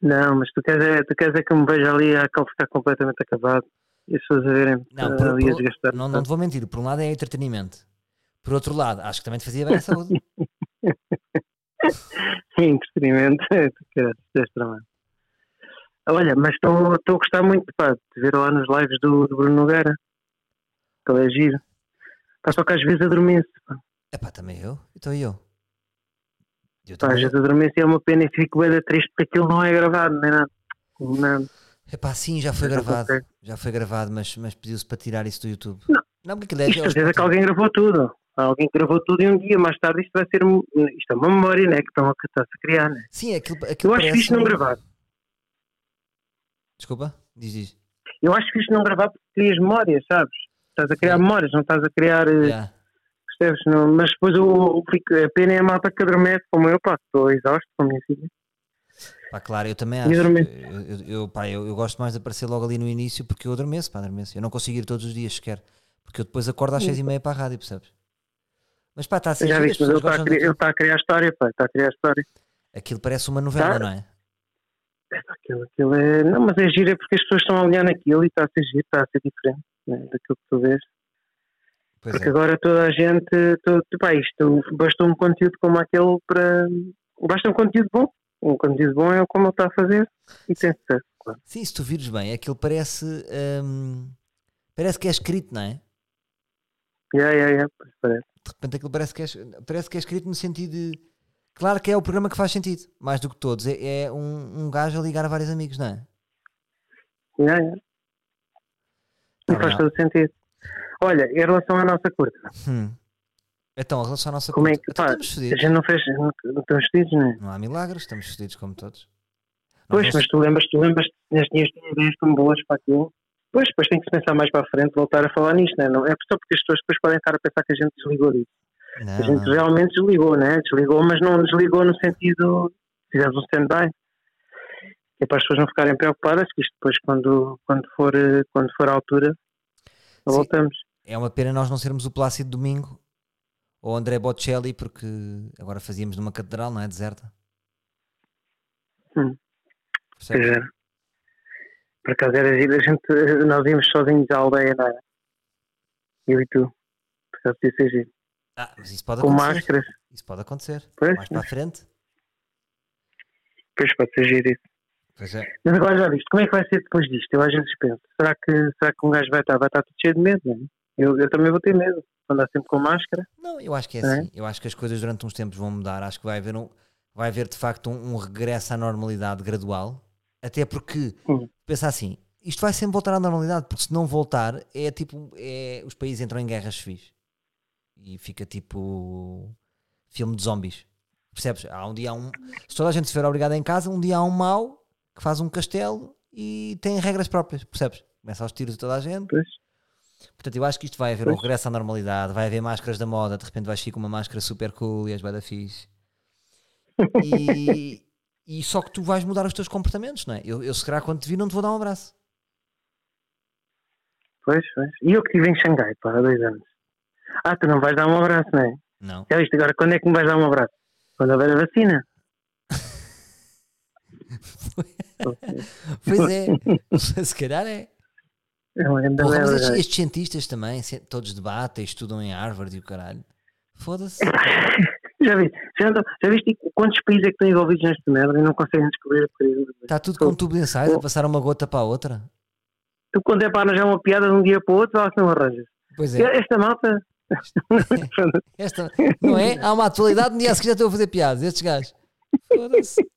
[SPEAKER 4] Não, mas tu queres, é- tu queres é que eu me veja ali a cal ficar completamente acabado e as pessoas a verem
[SPEAKER 3] Não,
[SPEAKER 4] eh,
[SPEAKER 3] por-
[SPEAKER 4] ali a
[SPEAKER 3] por-
[SPEAKER 4] desgastar.
[SPEAKER 3] não, não te vou mentir, por um lado é entretenimento, por outro lado, acho que também te fazia bem à saúde.
[SPEAKER 4] Sim, entretenimento. Tu queres, queres tramar. Olha, mas estou estou a gostar muito pá, de ver lá nos lives do, do Bruno Nogueira. Que ele é giro. Pá, só que às vezes adormeço. Pá.
[SPEAKER 3] Epá, também eu, então eu. Eu
[SPEAKER 4] Pá, às
[SPEAKER 3] também.
[SPEAKER 4] vezes adormeço e é uma pena e fico bem triste porque aquilo não é gravado, nem nada. Não,
[SPEAKER 3] Epá, sim, já foi
[SPEAKER 4] Eu não
[SPEAKER 3] gravado,
[SPEAKER 4] consigo.
[SPEAKER 3] já foi gravado, mas, mas pediu-se para tirar isso do YouTube.
[SPEAKER 4] Não.
[SPEAKER 3] Não, porque aquilo é
[SPEAKER 4] isto
[SPEAKER 3] aos
[SPEAKER 4] às vezes é que
[SPEAKER 3] poucos.
[SPEAKER 4] alguém gravou tudo. Há Alguém que gravou tudo e um dia mais tarde isto vai ser. um- Isto é uma memória né, que estão a, que está-se a criar. Né?
[SPEAKER 3] Sim, aquilo, aquilo
[SPEAKER 4] Eu acho
[SPEAKER 3] parece
[SPEAKER 4] que isto não
[SPEAKER 3] um-
[SPEAKER 4] gravar.
[SPEAKER 3] Desculpa, diz, diz.
[SPEAKER 4] Eu acho que isto não gravar porque crias memórias, sabes? Estás a criar memórias, não estás a criar. eh,
[SPEAKER 3] Já.
[SPEAKER 4] Percebes? Não, mas depois eu, eu fico- a pena é a malta que adormece, como eu, pá, estou exausto com a minha filha.
[SPEAKER 3] Pá, claro, eu também
[SPEAKER 4] E
[SPEAKER 3] acho. Eu,
[SPEAKER 4] adormeço.
[SPEAKER 3] eu, eu, pá, eu, eu gosto mais de aparecer logo ali no início porque eu adormeço, pá, adormeço. Eu não consigo ir todos os dias sequer, porque eu depois acordo às seis e meia para a rádio, percebes? Mas pá, está a ser
[SPEAKER 4] Já
[SPEAKER 3] giro, as
[SPEAKER 4] viste, mas ele
[SPEAKER 3] pessoas
[SPEAKER 4] está a,
[SPEAKER 3] gostam
[SPEAKER 4] criar- ele
[SPEAKER 3] daquilo.
[SPEAKER 4] está a criar história, pá, está a criar história.
[SPEAKER 3] Aquilo parece uma novela,
[SPEAKER 4] Tá.
[SPEAKER 3] não é?
[SPEAKER 4] Aquilo, aquilo é. Não, mas é giro, é porque as pessoas estão a olhar naquilo e está a ser giro, está a ser diferente né, daquilo que tu vês.
[SPEAKER 3] Pois
[SPEAKER 4] Porque
[SPEAKER 3] é.
[SPEAKER 4] agora toda a gente. Todo, pá, isto, basta um conteúdo como aquele para. Basta um conteúdo bom. Um conteúdo bom é como ele está a fazer e tem sucesso, claro.
[SPEAKER 3] Sim, se tu vires bem, aquilo parece. hum, parece que é escrito, não é?
[SPEAKER 4] Yeah, yeah, yeah, pois parece.
[SPEAKER 3] De repente aquilo parece que é, parece que é escrito no sentido de. Claro que é o programa que faz sentido, mais do que todos. É, é um, um gajo a ligar a vários amigos, não é?
[SPEAKER 4] Yeah, yeah.
[SPEAKER 3] Tá
[SPEAKER 4] E faz
[SPEAKER 3] bem.
[SPEAKER 4] todo sentido. Olha, em relação à nossa curta.
[SPEAKER 3] Hum. Então, em relação à nossa
[SPEAKER 4] Como é
[SPEAKER 3] conta,
[SPEAKER 4] que
[SPEAKER 3] então
[SPEAKER 4] faz?
[SPEAKER 3] estamos
[SPEAKER 4] A
[SPEAKER 3] fodidos.
[SPEAKER 4] gente não fez, não não estamos fedidos, não é?
[SPEAKER 3] Não há milagres, estamos fodidos como todos. Nós
[SPEAKER 4] Pois,
[SPEAKER 3] não é assim?
[SPEAKER 4] mas tu lembras, tu lembras, tinhas, tinhas ideias tão boas para aquilo. Pois, depois tem que se pensar mais para a frente, voltar a falar nisto, não é? Não, é só porque as pessoas depois podem estar a pensar que a gente desligou disso.
[SPEAKER 3] Não,
[SPEAKER 4] a gente
[SPEAKER 3] não.
[SPEAKER 4] realmente desligou, né? Desligou, mas não desligou no sentido, fizemos um stand-by. Que é para as pessoas não ficarem preocupadas, que isto depois, quando, quando, for, eh, quando for a altura,
[SPEAKER 3] Sim.
[SPEAKER 4] voltamos.
[SPEAKER 3] É uma pena nós não sermos o Plácido Domingo ou André Bocelli, porque agora fazíamos numa catedral, não é? Deserta.
[SPEAKER 4] Hum.
[SPEAKER 3] Percebes?
[SPEAKER 4] Pois é. Por acaso era giro, a gente, nós íamos sozinhos à aldeia, não era? Eu e tu. Por acaso podia ser giro.
[SPEAKER 3] Ah, mas isso pode
[SPEAKER 4] Com
[SPEAKER 3] acontecer.
[SPEAKER 4] máscaras,
[SPEAKER 3] Isso pode acontecer.
[SPEAKER 4] Pois,
[SPEAKER 3] Mais para a frente.
[SPEAKER 4] depois pode ser giro isso.
[SPEAKER 3] Pois é.
[SPEAKER 4] Mas agora já viste, como é que vai ser depois disto? Eu às vezes penso, será que, será que um gajo vai estar, vai estar tudo cheio de medo, não é? Eu, eu também vou ter medo, vou andar sempre com máscara.
[SPEAKER 3] Não, eu acho que é
[SPEAKER 4] Não é?
[SPEAKER 3] assim. Eu acho que as coisas durante uns tempos vão mudar. Acho que vai haver, um, vai haver de facto um, um regresso à normalidade gradual. Até porque,
[SPEAKER 4] Uhum.
[SPEAKER 3] pensa assim, isto vai sempre voltar à normalidade, porque se não voltar, é tipo. É, os países entram em guerras civis e fica tipo. filme de zombies. Percebes? Há um dia há um. Se toda a gente se for obrigada em casa, um dia há um mau que faz um castelo e tem regras próprias. Percebes? Começa aos tiros de toda a gente.
[SPEAKER 4] Pois,
[SPEAKER 3] Portanto, eu acho que isto vai haver um
[SPEAKER 4] Pois.
[SPEAKER 3] regresso à normalidade, vai haver máscaras da moda, de repente vais ficar com uma máscara super cool e és bué da fixe. E, e só que tu vais mudar os teus comportamentos, não é? Eu, eu se calhar quando te vi não te vou dar um abraço.
[SPEAKER 4] pois, pois. E eu que estive em Xangai, pá, há dois anos. Ah, tu não vais dar um abraço, não é?
[SPEAKER 3] Não.
[SPEAKER 4] Já viste, agora quando é que me vais dar um abraço? Quando houver a vacina.
[SPEAKER 3] Pois é, se calhar é.
[SPEAKER 4] Eu ainda
[SPEAKER 3] Porra, mas
[SPEAKER 4] lembro,
[SPEAKER 3] estes,
[SPEAKER 4] não é?
[SPEAKER 3] estes cientistas também, se- todos debatem, estudam em Harvard e o caralho. Foda-se.
[SPEAKER 4] Já viste? Já, andou- já viste quantos países é que estão envolvidos nesta merda e não conseguem descobrir a crise?
[SPEAKER 3] Está tudo com um tubo de ensaio, a passar uma gota para a outra.
[SPEAKER 4] Tu quando é para arranjar uma piada de um dia para o outro, ela se não arranjas.
[SPEAKER 3] Pois é.
[SPEAKER 4] Esta malta.
[SPEAKER 3] Esta, não é? Há uma atualidade, no dia a seguir já estou a fazer piadas, estes gajos. Foda-se.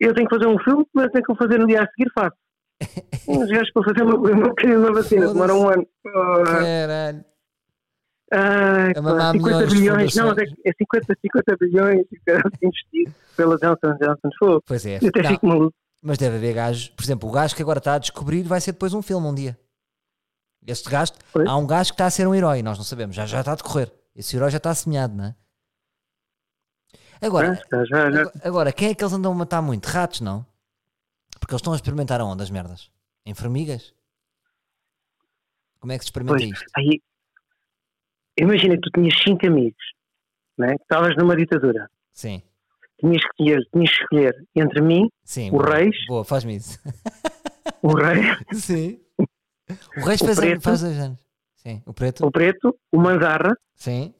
[SPEAKER 4] Eu tenho que fazer um filme, mas tenho que o fazer no dia a seguir, faço. Uns gajos para fazer uma, uma, uma, uma vacina, demora um ano. Ah,
[SPEAKER 3] Caralho.
[SPEAKER 4] Ai,
[SPEAKER 3] A
[SPEAKER 4] pá,
[SPEAKER 3] mamar
[SPEAKER 4] 50
[SPEAKER 3] milhões
[SPEAKER 4] Ah,
[SPEAKER 3] de
[SPEAKER 4] bilhões, não, mas é,
[SPEAKER 3] fundações.
[SPEAKER 4] é 50, 50 bilhões que eu investi pela Johnson Johnson. Fogo.
[SPEAKER 3] Pois é.
[SPEAKER 4] Eu até
[SPEAKER 3] Não,
[SPEAKER 4] fico maluco.
[SPEAKER 3] mas deve haver gajos. Por exemplo, o gajo que agora está a descobrir vai ser depois um filme um dia. Este gajo,
[SPEAKER 4] Pois.
[SPEAKER 3] há um gajo que está a ser um herói, nós não sabemos, já, já está a decorrer. Esse herói já está semeado, não é? Agora,
[SPEAKER 4] Ah, já, já.
[SPEAKER 3] agora, agora, quem é que eles andam a matar muito? Ratos, não? Porque eles estão a experimentar onde as merdas? Em formigas? Como é que se experimenta
[SPEAKER 4] Pois.
[SPEAKER 3] isto?
[SPEAKER 4] Aí, é? imagina que tu tinhas 5 amigos, né? que estavas numa ditadura.
[SPEAKER 3] Sim,
[SPEAKER 4] tinhas que escolher, tinhas que escolher entre mim,
[SPEAKER 3] Sim.
[SPEAKER 4] o
[SPEAKER 3] boa.
[SPEAKER 4] Reis,
[SPEAKER 3] Boa, faz-me isso.
[SPEAKER 4] o Rei,
[SPEAKER 3] Sim. O Reis
[SPEAKER 4] O
[SPEAKER 3] fez,
[SPEAKER 4] preto.
[SPEAKER 3] faz dois anos. Sim. O preto?
[SPEAKER 4] o Preto, o Mangarra.
[SPEAKER 3] Sim.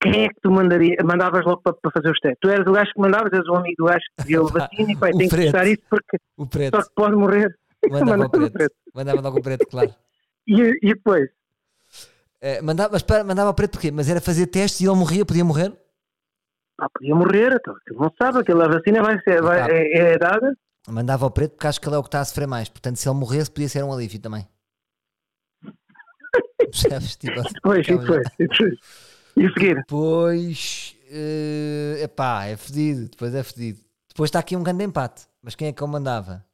[SPEAKER 4] Quem é que tu mandaria, mandavas logo para, para fazer os testes? Tu eras o gajo que mandavas, eras o amigo do gajo que viu a vacina e pai,
[SPEAKER 3] O
[SPEAKER 4] tem que
[SPEAKER 3] preto.
[SPEAKER 4] testar isso porque
[SPEAKER 3] O
[SPEAKER 4] só
[SPEAKER 3] preto.
[SPEAKER 4] que pode morrer.
[SPEAKER 3] Mandava
[SPEAKER 4] Mandava
[SPEAKER 3] ao
[SPEAKER 4] o
[SPEAKER 3] preto.
[SPEAKER 4] preto.
[SPEAKER 3] Mandava logo o preto, claro.
[SPEAKER 4] E, e depois,
[SPEAKER 3] Eh, mandava, mas para, mandava ao preto porquê? Mas era fazer testes e ele morria, podia morrer?
[SPEAKER 4] pá, podia morrer, então, tu não sabe, aquela vacina vai ser, vai-
[SPEAKER 3] Tá.
[SPEAKER 4] é, é dada.
[SPEAKER 3] Mandava ao preto porque acho que ele é o que está a sofrer mais. Portanto, se ele morresse, podia ser um alívio também. Percebes? Tipo,
[SPEAKER 4] Pois, e
[SPEAKER 3] ficava-
[SPEAKER 4] depois, e depois. E a seguir,
[SPEAKER 3] Depois. eh, epá, é fedido. Depois é fedido. Depois está aqui um grande empate. Mas quem é que eu mandava?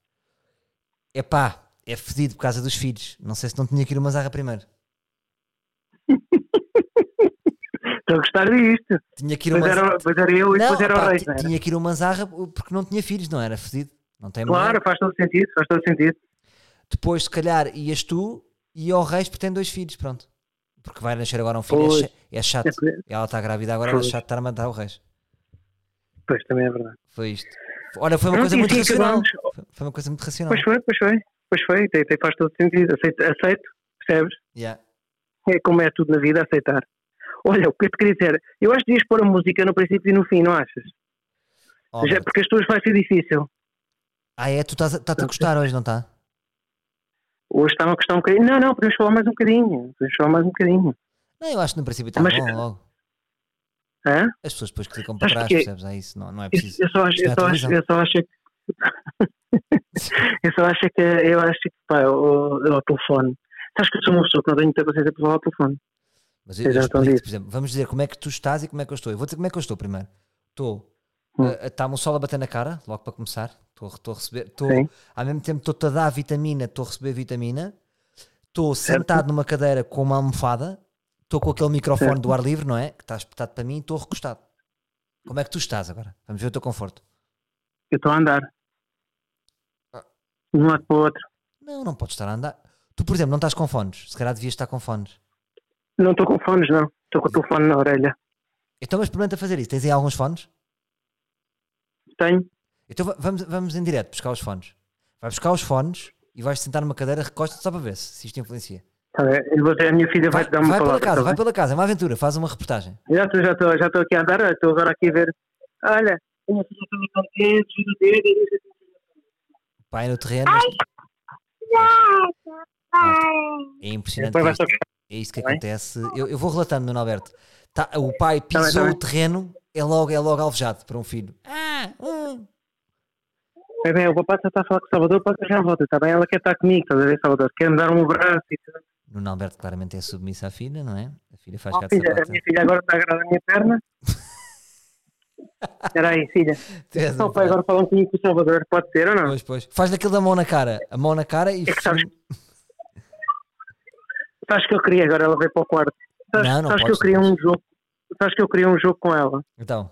[SPEAKER 3] Epá, é fedido por causa dos filhos. Não sei se não tinha que ir o Mazarra primeiro.
[SPEAKER 4] estou a gostar disto.
[SPEAKER 3] Tinha que ir o
[SPEAKER 4] Mas
[SPEAKER 3] Mazarra.
[SPEAKER 4] era, um mas era eu e
[SPEAKER 3] Não,
[SPEAKER 4] depois era
[SPEAKER 3] epá,
[SPEAKER 4] o Reis,
[SPEAKER 3] ti-
[SPEAKER 4] não era?
[SPEAKER 3] tinha que ir o Manzarra porque não tinha filhos, não era fedido. Não é? tem mulher.
[SPEAKER 4] Claro, faz todo sentido, faz todo sentido.
[SPEAKER 3] Depois, se calhar, ias tu e ao Reis porque tem dois filhos, pronto. Porque vai nascer agora um filho, é
[SPEAKER 4] Pois.
[SPEAKER 3] cha- é chato. Ela está grávida agora, era
[SPEAKER 4] Pois.
[SPEAKER 3] chato estar a matar o Reis.
[SPEAKER 4] Pois, também é verdade.
[SPEAKER 3] Foi isto. Olha, foi uma
[SPEAKER 4] Pronto,
[SPEAKER 3] coisa
[SPEAKER 4] e
[SPEAKER 3] muito
[SPEAKER 4] assim
[SPEAKER 3] racional.
[SPEAKER 4] acabamos.
[SPEAKER 3] Foi- Foi uma coisa muito racional.
[SPEAKER 4] Pois foi, pois foi, pois foi, tem, tem- faz todo sentido. Aceito, aceito, percebes?
[SPEAKER 3] Yeah.
[SPEAKER 4] É como é tudo na vida, aceitar. Olha, o que eu te queria dizer, eu acho que devias pôr a música no princípio e no fim, não achas?
[SPEAKER 3] Oh,
[SPEAKER 4] Já, é
[SPEAKER 3] meu-
[SPEAKER 4] porque as tuas vai ser difícil.
[SPEAKER 3] Ah, é? Tu estás a, estás a gostar hoje, não está?
[SPEAKER 4] Hoje está uma questão um bocadinho. Não, não, podemos falar mais um bocadinho. Podemos falar mais um bocadinho.
[SPEAKER 3] Não, eu acho que no princípio está
[SPEAKER 4] Mas-
[SPEAKER 3] bom logo.
[SPEAKER 4] Hã?
[SPEAKER 3] As pessoas depois clicam para
[SPEAKER 4] Mas
[SPEAKER 3] trás,
[SPEAKER 4] porquê?
[SPEAKER 3] percebes? É isso, não, não é
[SPEAKER 4] Eu,
[SPEAKER 3] preciso.
[SPEAKER 4] eu só acho,
[SPEAKER 3] Isto é
[SPEAKER 4] eu, só acho,
[SPEAKER 3] televisão.
[SPEAKER 4] eu só acho que. eu só acho que. Eu acho que. Pá, o, o, o telefone. Sabes que eu sou uma pessoa que não tenho muita consciência para falar ao telefone.
[SPEAKER 3] Mas eu, eu
[SPEAKER 4] Seja
[SPEAKER 3] explico,
[SPEAKER 4] respondido.
[SPEAKER 3] por exemplo, vamos dizer como é que tu estás e como é que eu estou. Eu vou dizer como é que eu estou primeiro. Estou.
[SPEAKER 4] Hum.
[SPEAKER 3] eh, Está-me o sol a bater na cara, logo para começar. Estou a- estou a receber. Estou,
[SPEAKER 4] Sim.
[SPEAKER 3] ao mesmo tempo estou-te a dar vitamina, estou a receber vitamina. Estou sentado numa cadeira com uma almofada. Estou com aquele microfone do ar livre, não é? Que está espetado para mim e estou recostado. Como é que tu estás agora? Vamos ver o teu conforto.
[SPEAKER 4] Eu estou a andar. De um lado para o outro.
[SPEAKER 3] Não, não podes estar a andar. Tu, por exemplo, não estás com fones. Se calhar devias estar com fones.
[SPEAKER 4] Não estou com fones, não. Estou com o telefone na orelha.
[SPEAKER 3] Então, mas experimenta fazer isso. Tens aí alguns fones?
[SPEAKER 4] Tenho.
[SPEAKER 3] Então va- vamos, vamos em direto buscar os fones. Vai buscar os fones e vais sentar numa cadeira, recosta só para ver se, se isto influencia.
[SPEAKER 4] Tá bem, Eu vou ter, a minha filha vai, te dar uma
[SPEAKER 3] pela
[SPEAKER 4] palavra.
[SPEAKER 3] casa,
[SPEAKER 4] tá
[SPEAKER 3] vai
[SPEAKER 4] bem?
[SPEAKER 3] pela casa, é uma aventura, faz uma reportagem.
[SPEAKER 4] Já estou já estou já estou aqui a andar, olha, estou agora aqui a ver. Olha, a minha filha está muito contente, gira o dedo, e diz assim,
[SPEAKER 3] Pai no terreno. isto- Malta, É impressionante.
[SPEAKER 4] Depois vai
[SPEAKER 3] isto.
[SPEAKER 4] só
[SPEAKER 3] É isto que
[SPEAKER 4] Tá bem?
[SPEAKER 3] acontece. Eu, eu vou relatando, Nuno Alberto. Tá, o pai
[SPEAKER 4] bem, tá
[SPEAKER 3] pisou
[SPEAKER 4] bem.
[SPEAKER 3] o terreno, é logo, é logo alvejado para um filho. Ah, hum.
[SPEAKER 4] É bem, o papai só está a falar com o Salvador, pode já volta, está bem? Ela quer estar comigo, estás a ver, Salvador? Quer me dar um abraço e tudo.
[SPEAKER 3] Nuno Alberto claramente é submissa à filha, não é? A filha faz
[SPEAKER 4] Oh,
[SPEAKER 3] gato
[SPEAKER 4] filha, a
[SPEAKER 3] sapato.
[SPEAKER 4] minha filha agora está a agarrar a minha perna. Espera aí, filha.
[SPEAKER 3] Tu és
[SPEAKER 4] Não,
[SPEAKER 3] um
[SPEAKER 4] pai, agora falar um bocadinho com o Salvador, pode ser ou não?
[SPEAKER 3] Pois, pois. Faz daquilo da mão na cara. A mão na cara e. um-
[SPEAKER 4] É que sabes- Sabes que eu queria, agora ela veio para o quarto. Sabes,
[SPEAKER 3] Não, não
[SPEAKER 4] sabes que eu
[SPEAKER 3] podes,
[SPEAKER 4] queria
[SPEAKER 3] não
[SPEAKER 4] um jogo. Sabes que eu queria um jogo com ela.
[SPEAKER 3] Então.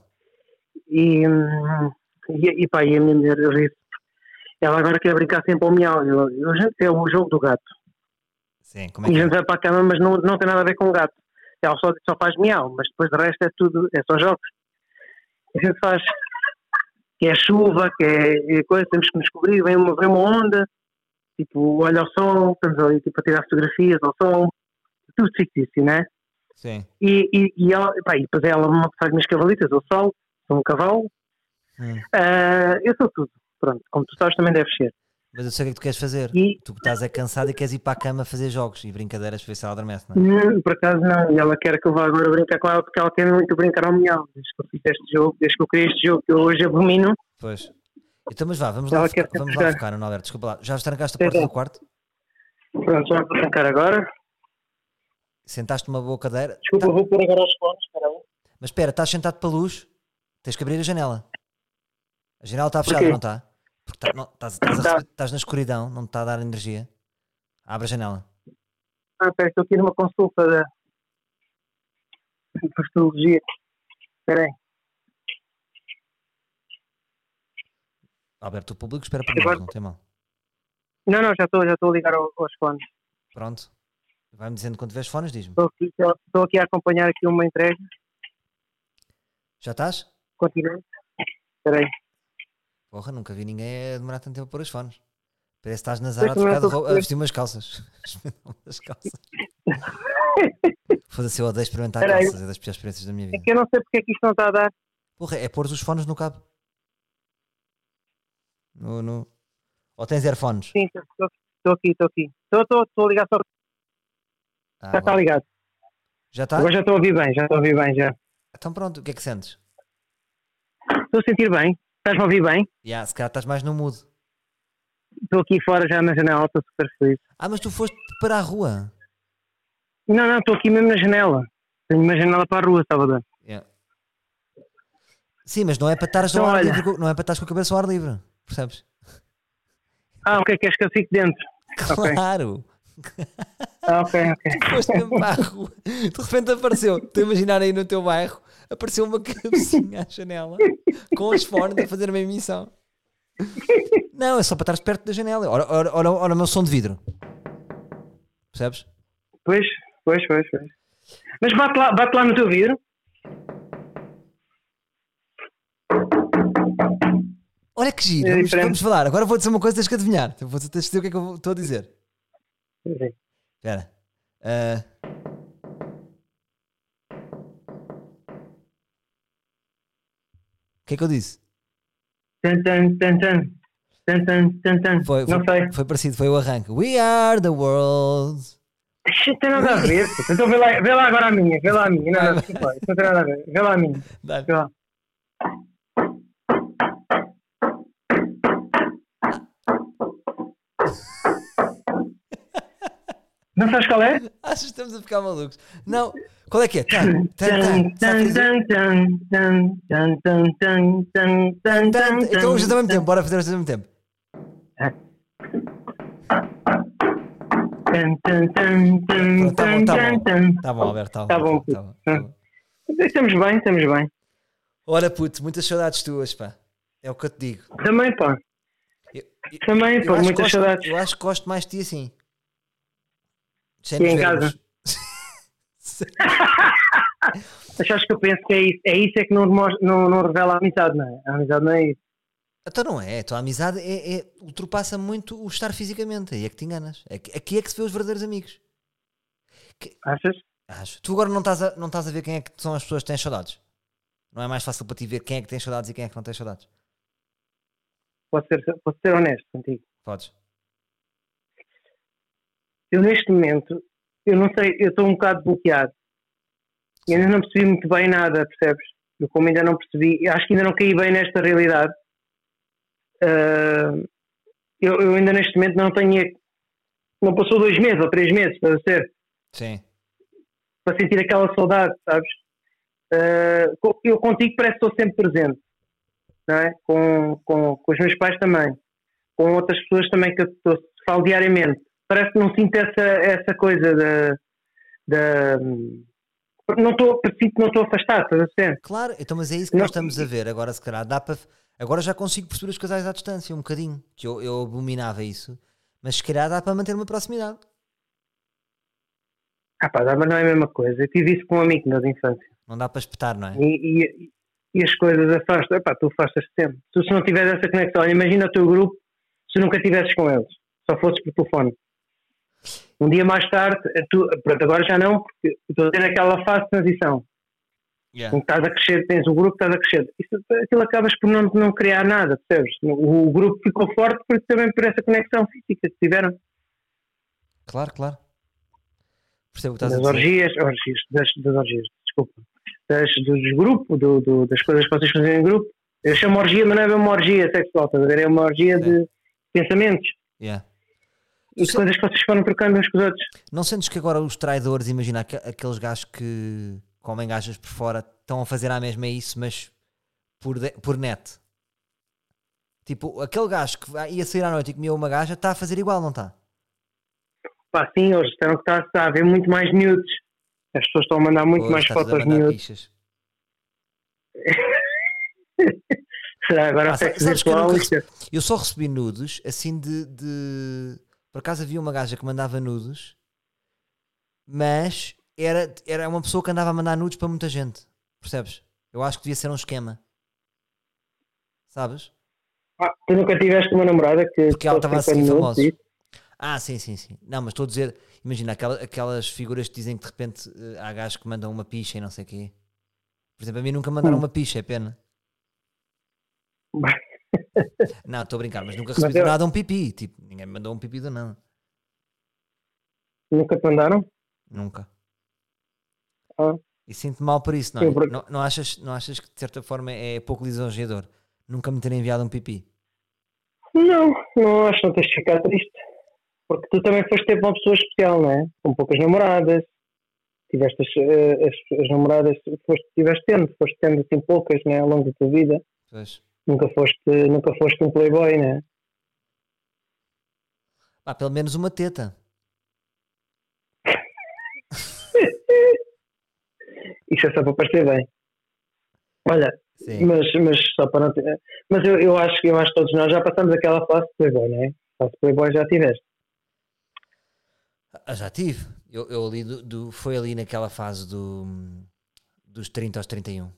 [SPEAKER 4] E, hum, e, e pá, e a minha mulher ri Ela agora quer brincar sempre ao miau. Eu, eu, gente, é o jogo do gato.
[SPEAKER 3] Sim, como é
[SPEAKER 4] E
[SPEAKER 3] que
[SPEAKER 4] a
[SPEAKER 3] é?
[SPEAKER 4] gente vai para a cama, mas não, não tem nada a ver com o gato. Ela só, só faz miau, mas depois de resto é tudo, é só jogos. A gente faz que é chuva, que é, é coisa, temos que nos cobrir, vem uma, vem uma onda, tipo, olha o som, estamos ali tipo, a tirar fotografias ao som, tudo fictício, né?
[SPEAKER 3] Sim.
[SPEAKER 4] E, e, e ela, pá, e depois ela é monta as minhas cavalitas, eu sol, sou um cavalo,
[SPEAKER 3] Hum.
[SPEAKER 4] Ah, eu sou tudo. Pronto, como tu sabes, também deves ser.
[SPEAKER 3] Mas eu sei o que é que tu queres fazer.
[SPEAKER 4] E
[SPEAKER 3] Tu estás é cansado e queres ir para a cama fazer jogos e brincadeiras para ver se ela adormece, não é?
[SPEAKER 4] hum, por acaso não, e ela quer que eu vá agora brincar com ela porque ela tem muito a brincar ao milhão. Desde que eu fiz este jogo, desde que eu criei este jogo que eu hoje abomino,
[SPEAKER 3] Pois. Então, mas vá, vamos lá,
[SPEAKER 4] Ela
[SPEAKER 3] focar,
[SPEAKER 4] quer sempre
[SPEAKER 3] vamos lá
[SPEAKER 4] jogar.
[SPEAKER 3] focar, Nuno Alberto. Desculpa lá. Já trancaste a
[SPEAKER 4] Sim,
[SPEAKER 3] porta
[SPEAKER 4] sim.
[SPEAKER 3] do quarto?
[SPEAKER 4] pronto, já vou arrancar agora.
[SPEAKER 3] Sentaste numa boa cadeira?
[SPEAKER 4] Desculpa, vou pôr agora os fones, espera aí.
[SPEAKER 3] Mas espera, estás sentado para a luz? Tens que abrir a janela. A janela está fechada,
[SPEAKER 4] Porquê?
[SPEAKER 3] não está? Porque tá- não, estás, estás, a
[SPEAKER 4] Tá.
[SPEAKER 3] receber- estás na escuridão, não te está a dar energia. Abre a janela.
[SPEAKER 4] Ah, espera, estou aqui numa consulta da de astrologia. Espera aí,
[SPEAKER 3] Alberto, o público espera por
[SPEAKER 4] Agora-
[SPEAKER 3] nós, não tem mal.
[SPEAKER 4] Não, não, já estou, já estou a ligar ao- aos fones.
[SPEAKER 3] Pronto. Vai-me dizendo quando tiveres fones, diz-me.
[SPEAKER 4] Estou aqui, estou aqui a acompanhar aqui uma entrega.
[SPEAKER 3] Já estás?
[SPEAKER 4] Continua. Espera aí.
[SPEAKER 3] Porra, nunca vi ninguém a demorar tanto tempo a pôr os fones. Parece que estás na
[SPEAKER 4] Pois,
[SPEAKER 3] Zara a,
[SPEAKER 4] também
[SPEAKER 3] trocar de
[SPEAKER 4] não é tô a
[SPEAKER 3] roupa, a
[SPEAKER 4] perceber.
[SPEAKER 3] vestir umas calças. As calças. Foda-se, eu odeio experimentar
[SPEAKER 4] Peraí.
[SPEAKER 3] calças, é das piores experiências da minha
[SPEAKER 4] É
[SPEAKER 3] vida.
[SPEAKER 4] que eu não sei porque é que isto não está a dar.
[SPEAKER 3] Porra, é pôr os fones no cabo. No, no... Ou tens airphones?
[SPEAKER 4] Sim, estou estou aqui, estou aqui. Estou, estou, estou a ligar só.
[SPEAKER 3] Ah,
[SPEAKER 4] Já tá está
[SPEAKER 3] bom. Tá.
[SPEAKER 4] ligado.
[SPEAKER 3] já está?
[SPEAKER 4] Agora já estou a ouvir bem, já estou a ouvir bem, já.
[SPEAKER 3] Então pronto, o que é que sentes?
[SPEAKER 4] Estou a sentir bem. Estás-me a ouvir bem?
[SPEAKER 3] Ya, se calhar estás mais no mood.
[SPEAKER 4] Estou aqui fora já na janela, estou super feliz.
[SPEAKER 3] Ah, mas tu foste para a rua.
[SPEAKER 4] Não, não, estou aqui mesmo na janela. Tenho uma janela para a rua, Salvador.
[SPEAKER 3] Ya. Sim, mas não é para estares ao
[SPEAKER 4] Então,
[SPEAKER 3] ar
[SPEAKER 4] olha.
[SPEAKER 3] livre, com- não é para estares com a cabeça ao ar livre, percebes?
[SPEAKER 4] Ah, ok, queres que eu fique dentro? Ok.
[SPEAKER 3] Claro!
[SPEAKER 4] Ah, ok, ok.
[SPEAKER 3] Foste mesmo para a rua. De repente apareceu, estou a imaginar aí no teu bairro, apareceu uma cabecinha à janela com os fones a fazer a mesma missão. Não, é só para estares perto da janela. Ora, ora, ora, ora o meu som de vidro. Percebes?
[SPEAKER 4] Pois, pois, pois, pois. Mas bate lá, bate lá no teu vidro.
[SPEAKER 3] Olha que giro,
[SPEAKER 4] É
[SPEAKER 3] vamos,
[SPEAKER 4] diferente.
[SPEAKER 3] vamos falar. Agora vou dizer uma coisa, tens que adivinhar. Vou tens de dizer o que é que eu vou- estou a dizer. Espera. Ah, O que é que eu disse?
[SPEAKER 4] Tan, tan, tan, tan. Tan, tan, tan, tan.
[SPEAKER 3] Foi, foi,
[SPEAKER 4] Não sei.
[SPEAKER 3] foi parecido, foi o arranque. We are the world.
[SPEAKER 4] Não tem nada a ver. pô. Então vê lá, vê lá agora a minha, vê lá a minha. Não, não, desculpa, isso não tem nada a ver. Vê lá a minha.
[SPEAKER 3] Dá-lhe.
[SPEAKER 4] Vê lá. Não sabes qual é?
[SPEAKER 3] Achas que estamos a ficar malucos? Não. Qual é que é? Tá, tá, tá.
[SPEAKER 4] Tan,
[SPEAKER 3] Sabe
[SPEAKER 4] tan,
[SPEAKER 3] fazer?
[SPEAKER 4] tan, tan, tan, tan, tan, tan, tan, tan, tan,
[SPEAKER 3] Tá, Então vamos fazer ao mesmo tempo, bora fazer ao mesmo tempo.
[SPEAKER 4] tan, tan, tan, tan,
[SPEAKER 3] Pronto, tá bom, tá
[SPEAKER 4] tan, tan.
[SPEAKER 3] Tá bom, Alberto, tá bom.
[SPEAKER 4] Tá bom,
[SPEAKER 3] tá bom, tá bom.
[SPEAKER 4] Estamos bem, estamos bem.
[SPEAKER 3] Ora, puto, muitas saudades tuas, pá. É o que eu te digo.
[SPEAKER 4] Também, pá.
[SPEAKER 3] Eu, eu-
[SPEAKER 4] Também,
[SPEAKER 3] eu
[SPEAKER 4] pô,
[SPEAKER 3] acho que
[SPEAKER 4] muitas
[SPEAKER 3] gosto-
[SPEAKER 4] saudades.
[SPEAKER 3] Eu acho que gosto mais de ti assim. Sem
[SPEAKER 4] E
[SPEAKER 3] nos
[SPEAKER 4] em
[SPEAKER 3] vermos.
[SPEAKER 4] Achas que eu penso que é isso? É isso é que não, demonstra- não, não revela a amizade, não é? A amizade não é isso.
[SPEAKER 3] Então não é, a tua amizade é, é- ultrapassa muito o estar fisicamente, aí é que te enganas. É que- Aqui é que se vê os verdadeiros amigos.
[SPEAKER 4] Achas?
[SPEAKER 3] Acho. Tu agora não estás, a, não estás a ver quem é que são as pessoas que têm saudades. Não é mais fácil para ti ver quem é que tem saudades e quem é que não tem saudades.
[SPEAKER 4] Posso ser, posso ser honesto contigo.
[SPEAKER 3] Podes.
[SPEAKER 4] Eu, neste momento, eu não sei, eu estou um bocado bloqueado. E ainda não percebi muito bem nada, percebes? Eu, como ainda não percebi, eu acho que ainda não caí bem nesta realidade. Ah, eu, eu ainda, neste momento, não tenho. Não passou dois meses ou três meses, para ser.
[SPEAKER 3] Sim.
[SPEAKER 4] para sentir aquela saudade, sabes? Eh, co- eu contigo parece que estou sempre presente, não é? Com, com, com os meus pais também, com outras pessoas também que eu estou, falo diariamente. Parece que não sinto essa, essa coisa da. da não estou, sinto que não estou afastado, estás a ver?
[SPEAKER 3] Claro, então, mas é isso que
[SPEAKER 4] Não.
[SPEAKER 3] nós estamos a ver. Agora, se calhar, dá para. Agora já consigo perceber os casais à distância, um bocadinho. Que eu, eu abominava isso. Mas se calhar dá para manter uma proximidade.
[SPEAKER 4] Ah, pá, mas não é a mesma coisa. Eu tive isso com um amigo meu de infância
[SPEAKER 3] Não dá para espetar, não é?
[SPEAKER 4] e, e, e as coisas afastam. Epá, tu afastas-te sempre. Tu, se não tiveres essa conexão, olha, imagina o teu grupo se nunca estivesses com eles, só fosses por telefone. Um dia mais tarde, tu, pronto, agora já não, porque estou a ter aquela fase de transição.
[SPEAKER 3] Yeah.
[SPEAKER 4] Em que estás a crescer, tens o grupo, estás a crescer. Isso, aquilo acabas por não, não criar nada, percebes? O, o grupo ficou forte porque, também por essa conexão física que tiveram.
[SPEAKER 3] Claro, claro. Percebo o que
[SPEAKER 4] Das
[SPEAKER 3] estás a dizer.
[SPEAKER 4] orgias, orgias, das, das orgias, desculpa. Das, dos grupos, do, do- das coisas que vocês fazem em grupo. Eu chamo orgia, mas não é bem uma orgia sexual, estás a ver? É uma orgia de pensamentos
[SPEAKER 3] Yeah.
[SPEAKER 4] e de
[SPEAKER 3] Sim.
[SPEAKER 4] coisas que vocês foram trocando uns com os outros.
[SPEAKER 3] Não sentes que agora os traidores, imagina aqu- aqueles gajos que comem gajas por fora, estão a fazer à mesma isso, mas por, de- por net? Tipo, aquele gajo que vai- ia sair à noite e comia uma gaja está a fazer igual, não está?
[SPEAKER 4] Pá, sim, hoje estão que está, está a haver muito mais nudes. As pessoas estão a mandar muito
[SPEAKER 3] Hoje
[SPEAKER 4] mais
[SPEAKER 3] está tudo a
[SPEAKER 4] fotos
[SPEAKER 3] mandar
[SPEAKER 4] nudes.
[SPEAKER 3] pichas.
[SPEAKER 4] Será agora
[SPEAKER 3] Ah,
[SPEAKER 4] o sexo
[SPEAKER 3] sabes que eu
[SPEAKER 4] virtual?
[SPEAKER 3] nunca
[SPEAKER 4] Isto é-
[SPEAKER 3] Eu só recebi nudes assim de, de- Por acaso havia uma gaja que mandava nudes, mas era, era uma pessoa que andava a mandar nudes para muita gente. Percebes? Eu acho que devia ser um esquema. Sabes?
[SPEAKER 4] Ah, tu nunca tiveste uma namorada que.
[SPEAKER 3] Porque ela
[SPEAKER 4] fosse
[SPEAKER 3] estava a seguir
[SPEAKER 4] 50 minutos,
[SPEAKER 3] famosos.
[SPEAKER 4] isso?
[SPEAKER 3] Ah, sim, sim, sim. Não, mas estou a dizer, imagina aquela- aquelas figuras que dizem que de repente eh, há gajos que mandam uma picha e não sei o quê. Por exemplo, a mim nunca mandaram uma picha, é pena. Não, estou a brincar, mas nunca recebi do
[SPEAKER 4] eu-
[SPEAKER 3] nada um pipi. Tipo, ninguém me mandou um pipi do nada.
[SPEAKER 4] Nunca te mandaram?
[SPEAKER 3] Nunca.
[SPEAKER 4] Ah.
[SPEAKER 3] E sinto mal por isso, não é?
[SPEAKER 4] Eu, por-
[SPEAKER 3] Não, não achas, não achas que de certa forma é pouco lisonjeador? Nunca me terem enviado um pipi.
[SPEAKER 4] Não, não acho que não tens de ficar triste. Porque tu também foste ter uma pessoa especial, não é? Com poucas namoradas. Tiveste as, eh, as- as namoradas, foste, tiveste tendo, foste tendo assim poucas, não é? Ao longo da tua vida.
[SPEAKER 3] Pois.
[SPEAKER 4] Nunca foste, nunca foste um playboy, não é?
[SPEAKER 3] Pá, pelo menos uma teta.
[SPEAKER 4] Isso é só para parecer bem. Olha,
[SPEAKER 3] Sim.
[SPEAKER 4] mas, mas só para não ter... Mas eu, eu, acho, eu acho que todos nós já passamos aquela fase de playboy, não é? Fase de playboy já tiveste.
[SPEAKER 3] Ah, já tive. Eu, eu ali do, do- foi ali naquela fase do, dos 30 aos 31.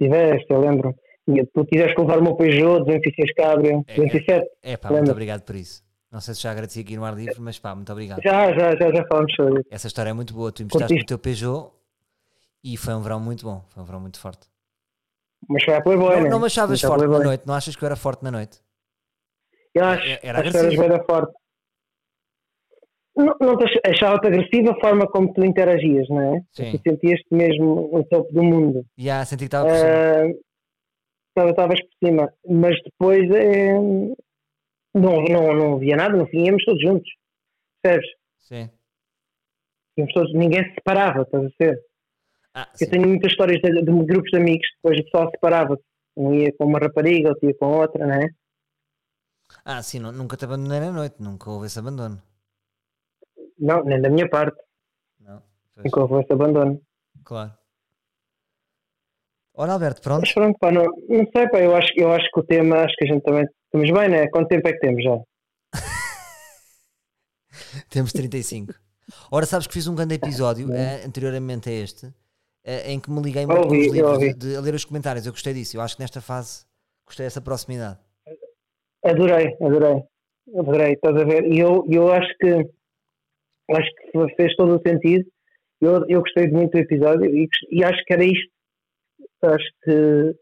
[SPEAKER 4] Tiveste, eu lembro. E tu tiveste que levar o meu Peugeot 206 Cabrio,
[SPEAKER 3] É, é.
[SPEAKER 4] 207.
[SPEAKER 3] É pá,
[SPEAKER 4] Lembra?
[SPEAKER 3] muito obrigado por isso. Não sei se já agradeci aqui no ar livre, mas pá, muito obrigado.
[SPEAKER 4] Já, já, já, já falámos sobre isso.
[SPEAKER 3] Essa história é muito boa. Tu emprestaste
[SPEAKER 4] Curtiste?
[SPEAKER 3] o teu Peugeot e foi um verão muito bom. Foi um verão muito forte.
[SPEAKER 4] Mas foi à Playboy,
[SPEAKER 3] Não,
[SPEAKER 4] né?
[SPEAKER 3] não me achavas
[SPEAKER 4] Mas à
[SPEAKER 3] forte na
[SPEAKER 4] Playboy.
[SPEAKER 3] noite? Não achas que eu era forte na noite?
[SPEAKER 4] Eu acho,
[SPEAKER 3] Era-
[SPEAKER 4] acho
[SPEAKER 3] era
[SPEAKER 4] que eras
[SPEAKER 3] agressivo.
[SPEAKER 4] bem da forte. Não, não te ach- achava-te agressiva a forma como tu interagias, não é?
[SPEAKER 3] Sim.
[SPEAKER 4] Tu sentias-te mesmo no topo do mundo.
[SPEAKER 3] E há, senti que estava por cima.
[SPEAKER 4] Ah, Estava estavas por cima. Mas depois eh, não, não, não havia nada, no fim íamos todos juntos. Percebes?
[SPEAKER 3] Sim.
[SPEAKER 4] Íamos todos, ninguém se separava, estás a ver?
[SPEAKER 3] Ah, sim.
[SPEAKER 4] Eu tenho muitas histórias de, de grupos de amigos, depois o pessoal separava-se. Um ia com uma rapariga, outro ia com outra, não é?
[SPEAKER 3] Ah, sim, nu- nunca te abandonei na noite, nunca houve esse abandono.
[SPEAKER 4] Não, nem da minha parte.
[SPEAKER 3] Não, pois,
[SPEAKER 4] Nunca houve esse abandono.
[SPEAKER 3] claro. Ora, Alberto, pronto.
[SPEAKER 4] Mas pronto, pá, não, não sei, pá, eu acho, eu acho que o tema, acho que a gente também estamos bem, né? Quanto tempo é que temos já?
[SPEAKER 3] Temos 35. Ora, sabes que fiz um grande episódio eh, anteriormente a este, eh, em que me liguei muito com
[SPEAKER 4] ouvi,
[SPEAKER 3] os
[SPEAKER 4] eu
[SPEAKER 3] livros, de,
[SPEAKER 4] ouvi.
[SPEAKER 3] de- a ler os comentários. Eu gostei disso. Eu acho que nesta fase gostei dessa proximidade.
[SPEAKER 4] Adorei, adorei, adorei, estás a ver? E eu, eu acho que acho que fez todo o sentido. Eu, eu gostei muito do episódio e, gost- e acho que era isto. Acho que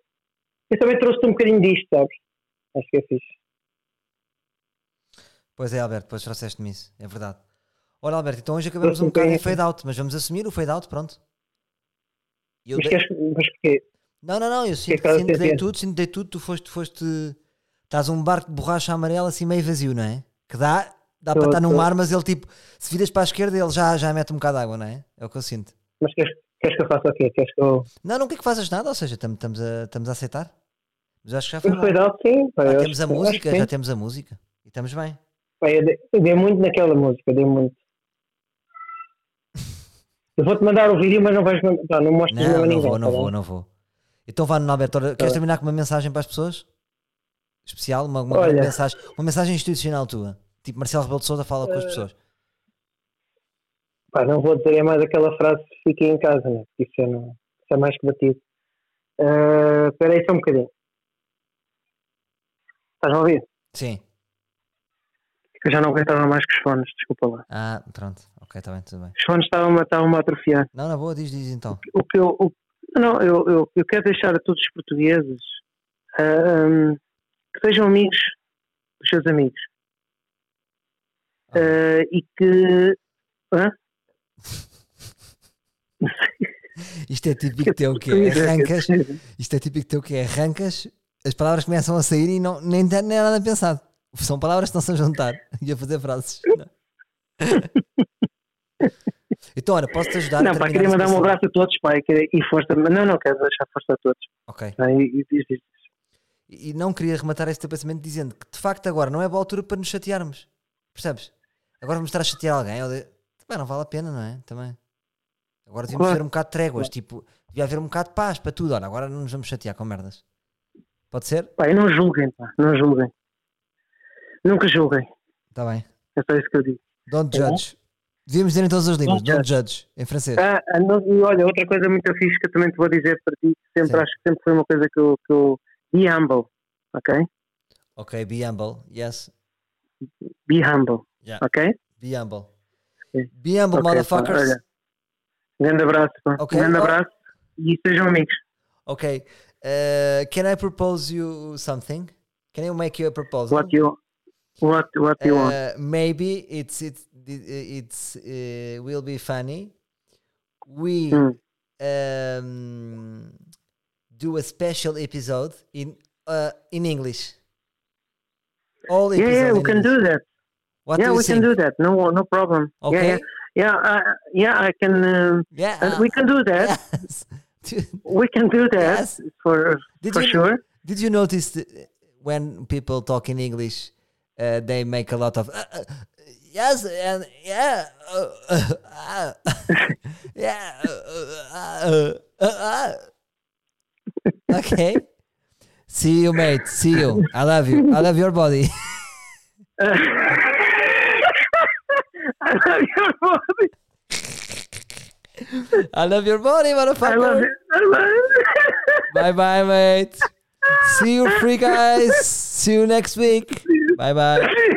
[SPEAKER 4] eu também trouxe-te um bocadinho disto, sabes? Acho que é fixe.
[SPEAKER 3] Pois é, Alberto, depois trouxeste-me isso. É verdade. Ora, Alberto, então hoje acabamos
[SPEAKER 4] Sim,
[SPEAKER 3] um bocado
[SPEAKER 4] sim,
[SPEAKER 3] em
[SPEAKER 4] sim.
[SPEAKER 3] fade-out, mas vamos assumir o fade-out, pronto. E eu
[SPEAKER 4] Mas,
[SPEAKER 3] dei-
[SPEAKER 4] queres, mas porquê?
[SPEAKER 3] Não, não, não, eu sinto,
[SPEAKER 4] estás a
[SPEAKER 3] sinto que dei
[SPEAKER 4] sentir?
[SPEAKER 3] tudo, sinto que dei tudo, tu foste, foste. Estás um barco de borracha amarela assim meio vazio, não é? Que dá, dá para
[SPEAKER 4] Tô,
[SPEAKER 3] estar no
[SPEAKER 4] tô.
[SPEAKER 3] mar, mas ele tipo, se viras para a esquerda, ele já, já mete um bocado de água, não é? É o que eu sinto.
[SPEAKER 4] Mas queres, queres que eu faça o quê? Queres que eu.
[SPEAKER 3] Não, não quer que fazes nada, ou seja, estamos a, tamo a aceitar. Mas acho que já foi.
[SPEAKER 4] Mas
[SPEAKER 3] bom.
[SPEAKER 4] foi dado, sim. pá,
[SPEAKER 3] Já
[SPEAKER 4] eu
[SPEAKER 3] temos a
[SPEAKER 4] acho que- acho que
[SPEAKER 3] música,
[SPEAKER 4] sim.
[SPEAKER 3] já temos a música. E estamos bem.
[SPEAKER 4] Pá, eu, dei, eu dei muito naquela música, dei muito. Eu vou-te mandar o vídeo, mas não vais mandar. Pá, não mostras mesmo
[SPEAKER 3] Não,
[SPEAKER 4] a
[SPEAKER 3] não
[SPEAKER 4] ninguém.
[SPEAKER 3] vou,
[SPEAKER 4] tá
[SPEAKER 3] não
[SPEAKER 4] bem? Tá
[SPEAKER 3] vou, não vou. Então vá, Nuno Alberto, ora, queres terminar com uma mensagem para as pessoas? Especial? Uma, uma
[SPEAKER 4] Olha.
[SPEAKER 3] mensagem uma mensagem institucional tua? Tipo, Marcelo Rebelo de Sousa fala
[SPEAKER 4] Eh.
[SPEAKER 3] com as pessoas.
[SPEAKER 4] Pá, não vou dizer é mais aquela frase fiquem em casa, né? Porque isso, é não, isso é mais que batido. Ah, Espera aí só um bocadinho. Estás a ouvir?
[SPEAKER 3] Sim.
[SPEAKER 4] Que eu já não aguentava mais que os fones, desculpa lá.
[SPEAKER 3] Ah, pronto. Ok, está bem, tudo bem.
[SPEAKER 4] Os fones estavam-me estavam a atrofiar.
[SPEAKER 3] Não, na boa, diz, diz então.
[SPEAKER 4] o que eu, o- não, eu, eu, eu quero deixar a todos os portugueses ah, que sejam amigos dos seus amigos
[SPEAKER 3] Ah.
[SPEAKER 4] Ah, e que hã?
[SPEAKER 3] Isto é típico teu que é
[SPEAKER 4] Portugueses,
[SPEAKER 3] arrancas.
[SPEAKER 4] quer dizer,
[SPEAKER 3] Isto é típico teu que é arrancas, as palavras começam a sair e não, nem, nem é nada pensado. São palavras que não são juntar e a fazer frases. Não. é? Então, olha, posso-te ajudar a
[SPEAKER 4] não, pá,
[SPEAKER 3] terminar
[SPEAKER 4] queria
[SPEAKER 3] esse
[SPEAKER 4] mandar um
[SPEAKER 3] pensamento?
[SPEAKER 4] abraço a todos, pai, e força, mas não, não quero deixar força a todos,
[SPEAKER 3] Ok.
[SPEAKER 4] tá? e, e diz isso.
[SPEAKER 3] E e não queria rematar este teu pensamento dizendo que de facto agora não é boa altura para nos chatearmos. Percebes? Agora vamos estar a chatear alguém. ou de- Também não vale a pena, não é? Também. Agora devíamos
[SPEAKER 4] Claro.
[SPEAKER 3] ter um bocado de tréguas. Tipo, devia haver um bocado de paz para tudo. Olha, agora não nos vamos chatear com merdas. Pode ser?
[SPEAKER 4] Pá, e não julguem, pá, não julguem, nunca julguem,
[SPEAKER 3] Está Tá bem.
[SPEAKER 4] é só isso que eu digo.
[SPEAKER 3] Don't
[SPEAKER 4] Tá bom.
[SPEAKER 3] judge. Devíamos dizer em todas as línguas.
[SPEAKER 4] Don't
[SPEAKER 3] Don't judge. Em francês.
[SPEAKER 4] Ah, ah, não, e olha, outra coisa muito fixe que eu também te vou dizer para ti, que sempre
[SPEAKER 3] Sim.
[SPEAKER 4] acho que sempre foi uma coisa que eu, que eu, Be humble, ok?
[SPEAKER 3] Ok, be humble. Yes.
[SPEAKER 4] Be humble,
[SPEAKER 3] Yeah.
[SPEAKER 4] ok?
[SPEAKER 3] Be humble.
[SPEAKER 4] Ok.
[SPEAKER 3] Be humble,
[SPEAKER 4] Ok, pá,
[SPEAKER 3] motherfuckers.
[SPEAKER 4] olha. Grande abraço, pá.
[SPEAKER 3] Ok,
[SPEAKER 4] Grande
[SPEAKER 3] ó.
[SPEAKER 4] abraço e sejam amigos.
[SPEAKER 3] Ok. Uh, can I propose you something? Can I make you a proposal?
[SPEAKER 4] What you, what, what you want?
[SPEAKER 3] Uh, maybe it's it's it's uh, will be funny. We
[SPEAKER 4] Mm.
[SPEAKER 3] um, do a special episode in uh, in English. All
[SPEAKER 4] Yeah,
[SPEAKER 3] episodes
[SPEAKER 4] yeah, we
[SPEAKER 3] in
[SPEAKER 4] can
[SPEAKER 3] English.
[SPEAKER 4] do that.
[SPEAKER 3] What
[SPEAKER 4] yeah,
[SPEAKER 3] do you
[SPEAKER 4] we
[SPEAKER 3] think?
[SPEAKER 4] can do that. No, no problem. Yeah,
[SPEAKER 3] Okay.
[SPEAKER 4] yeah, yeah. Uh, yeah, I can. um
[SPEAKER 3] Yeah,
[SPEAKER 4] uh,
[SPEAKER 3] uh,
[SPEAKER 4] we can do that.
[SPEAKER 3] yes. Dude,
[SPEAKER 4] We can do that
[SPEAKER 3] Yes.
[SPEAKER 4] for
[SPEAKER 3] Did
[SPEAKER 4] for
[SPEAKER 3] you-
[SPEAKER 4] sure.
[SPEAKER 3] Did you notice that uh, when people talk in English, uh, they make a lot of uh, uh, yes and yeah, uh, uh, uh, yeah. uh, uh, uh, uh, uh." okay. See you, mate. See you. I love you. I love your body.
[SPEAKER 4] Uh, I love your body.
[SPEAKER 3] I love your body, motherfucker.
[SPEAKER 4] I love it. I love it.
[SPEAKER 3] Bye, bye, mate. See you, free guys. See you next week. Bye, bye.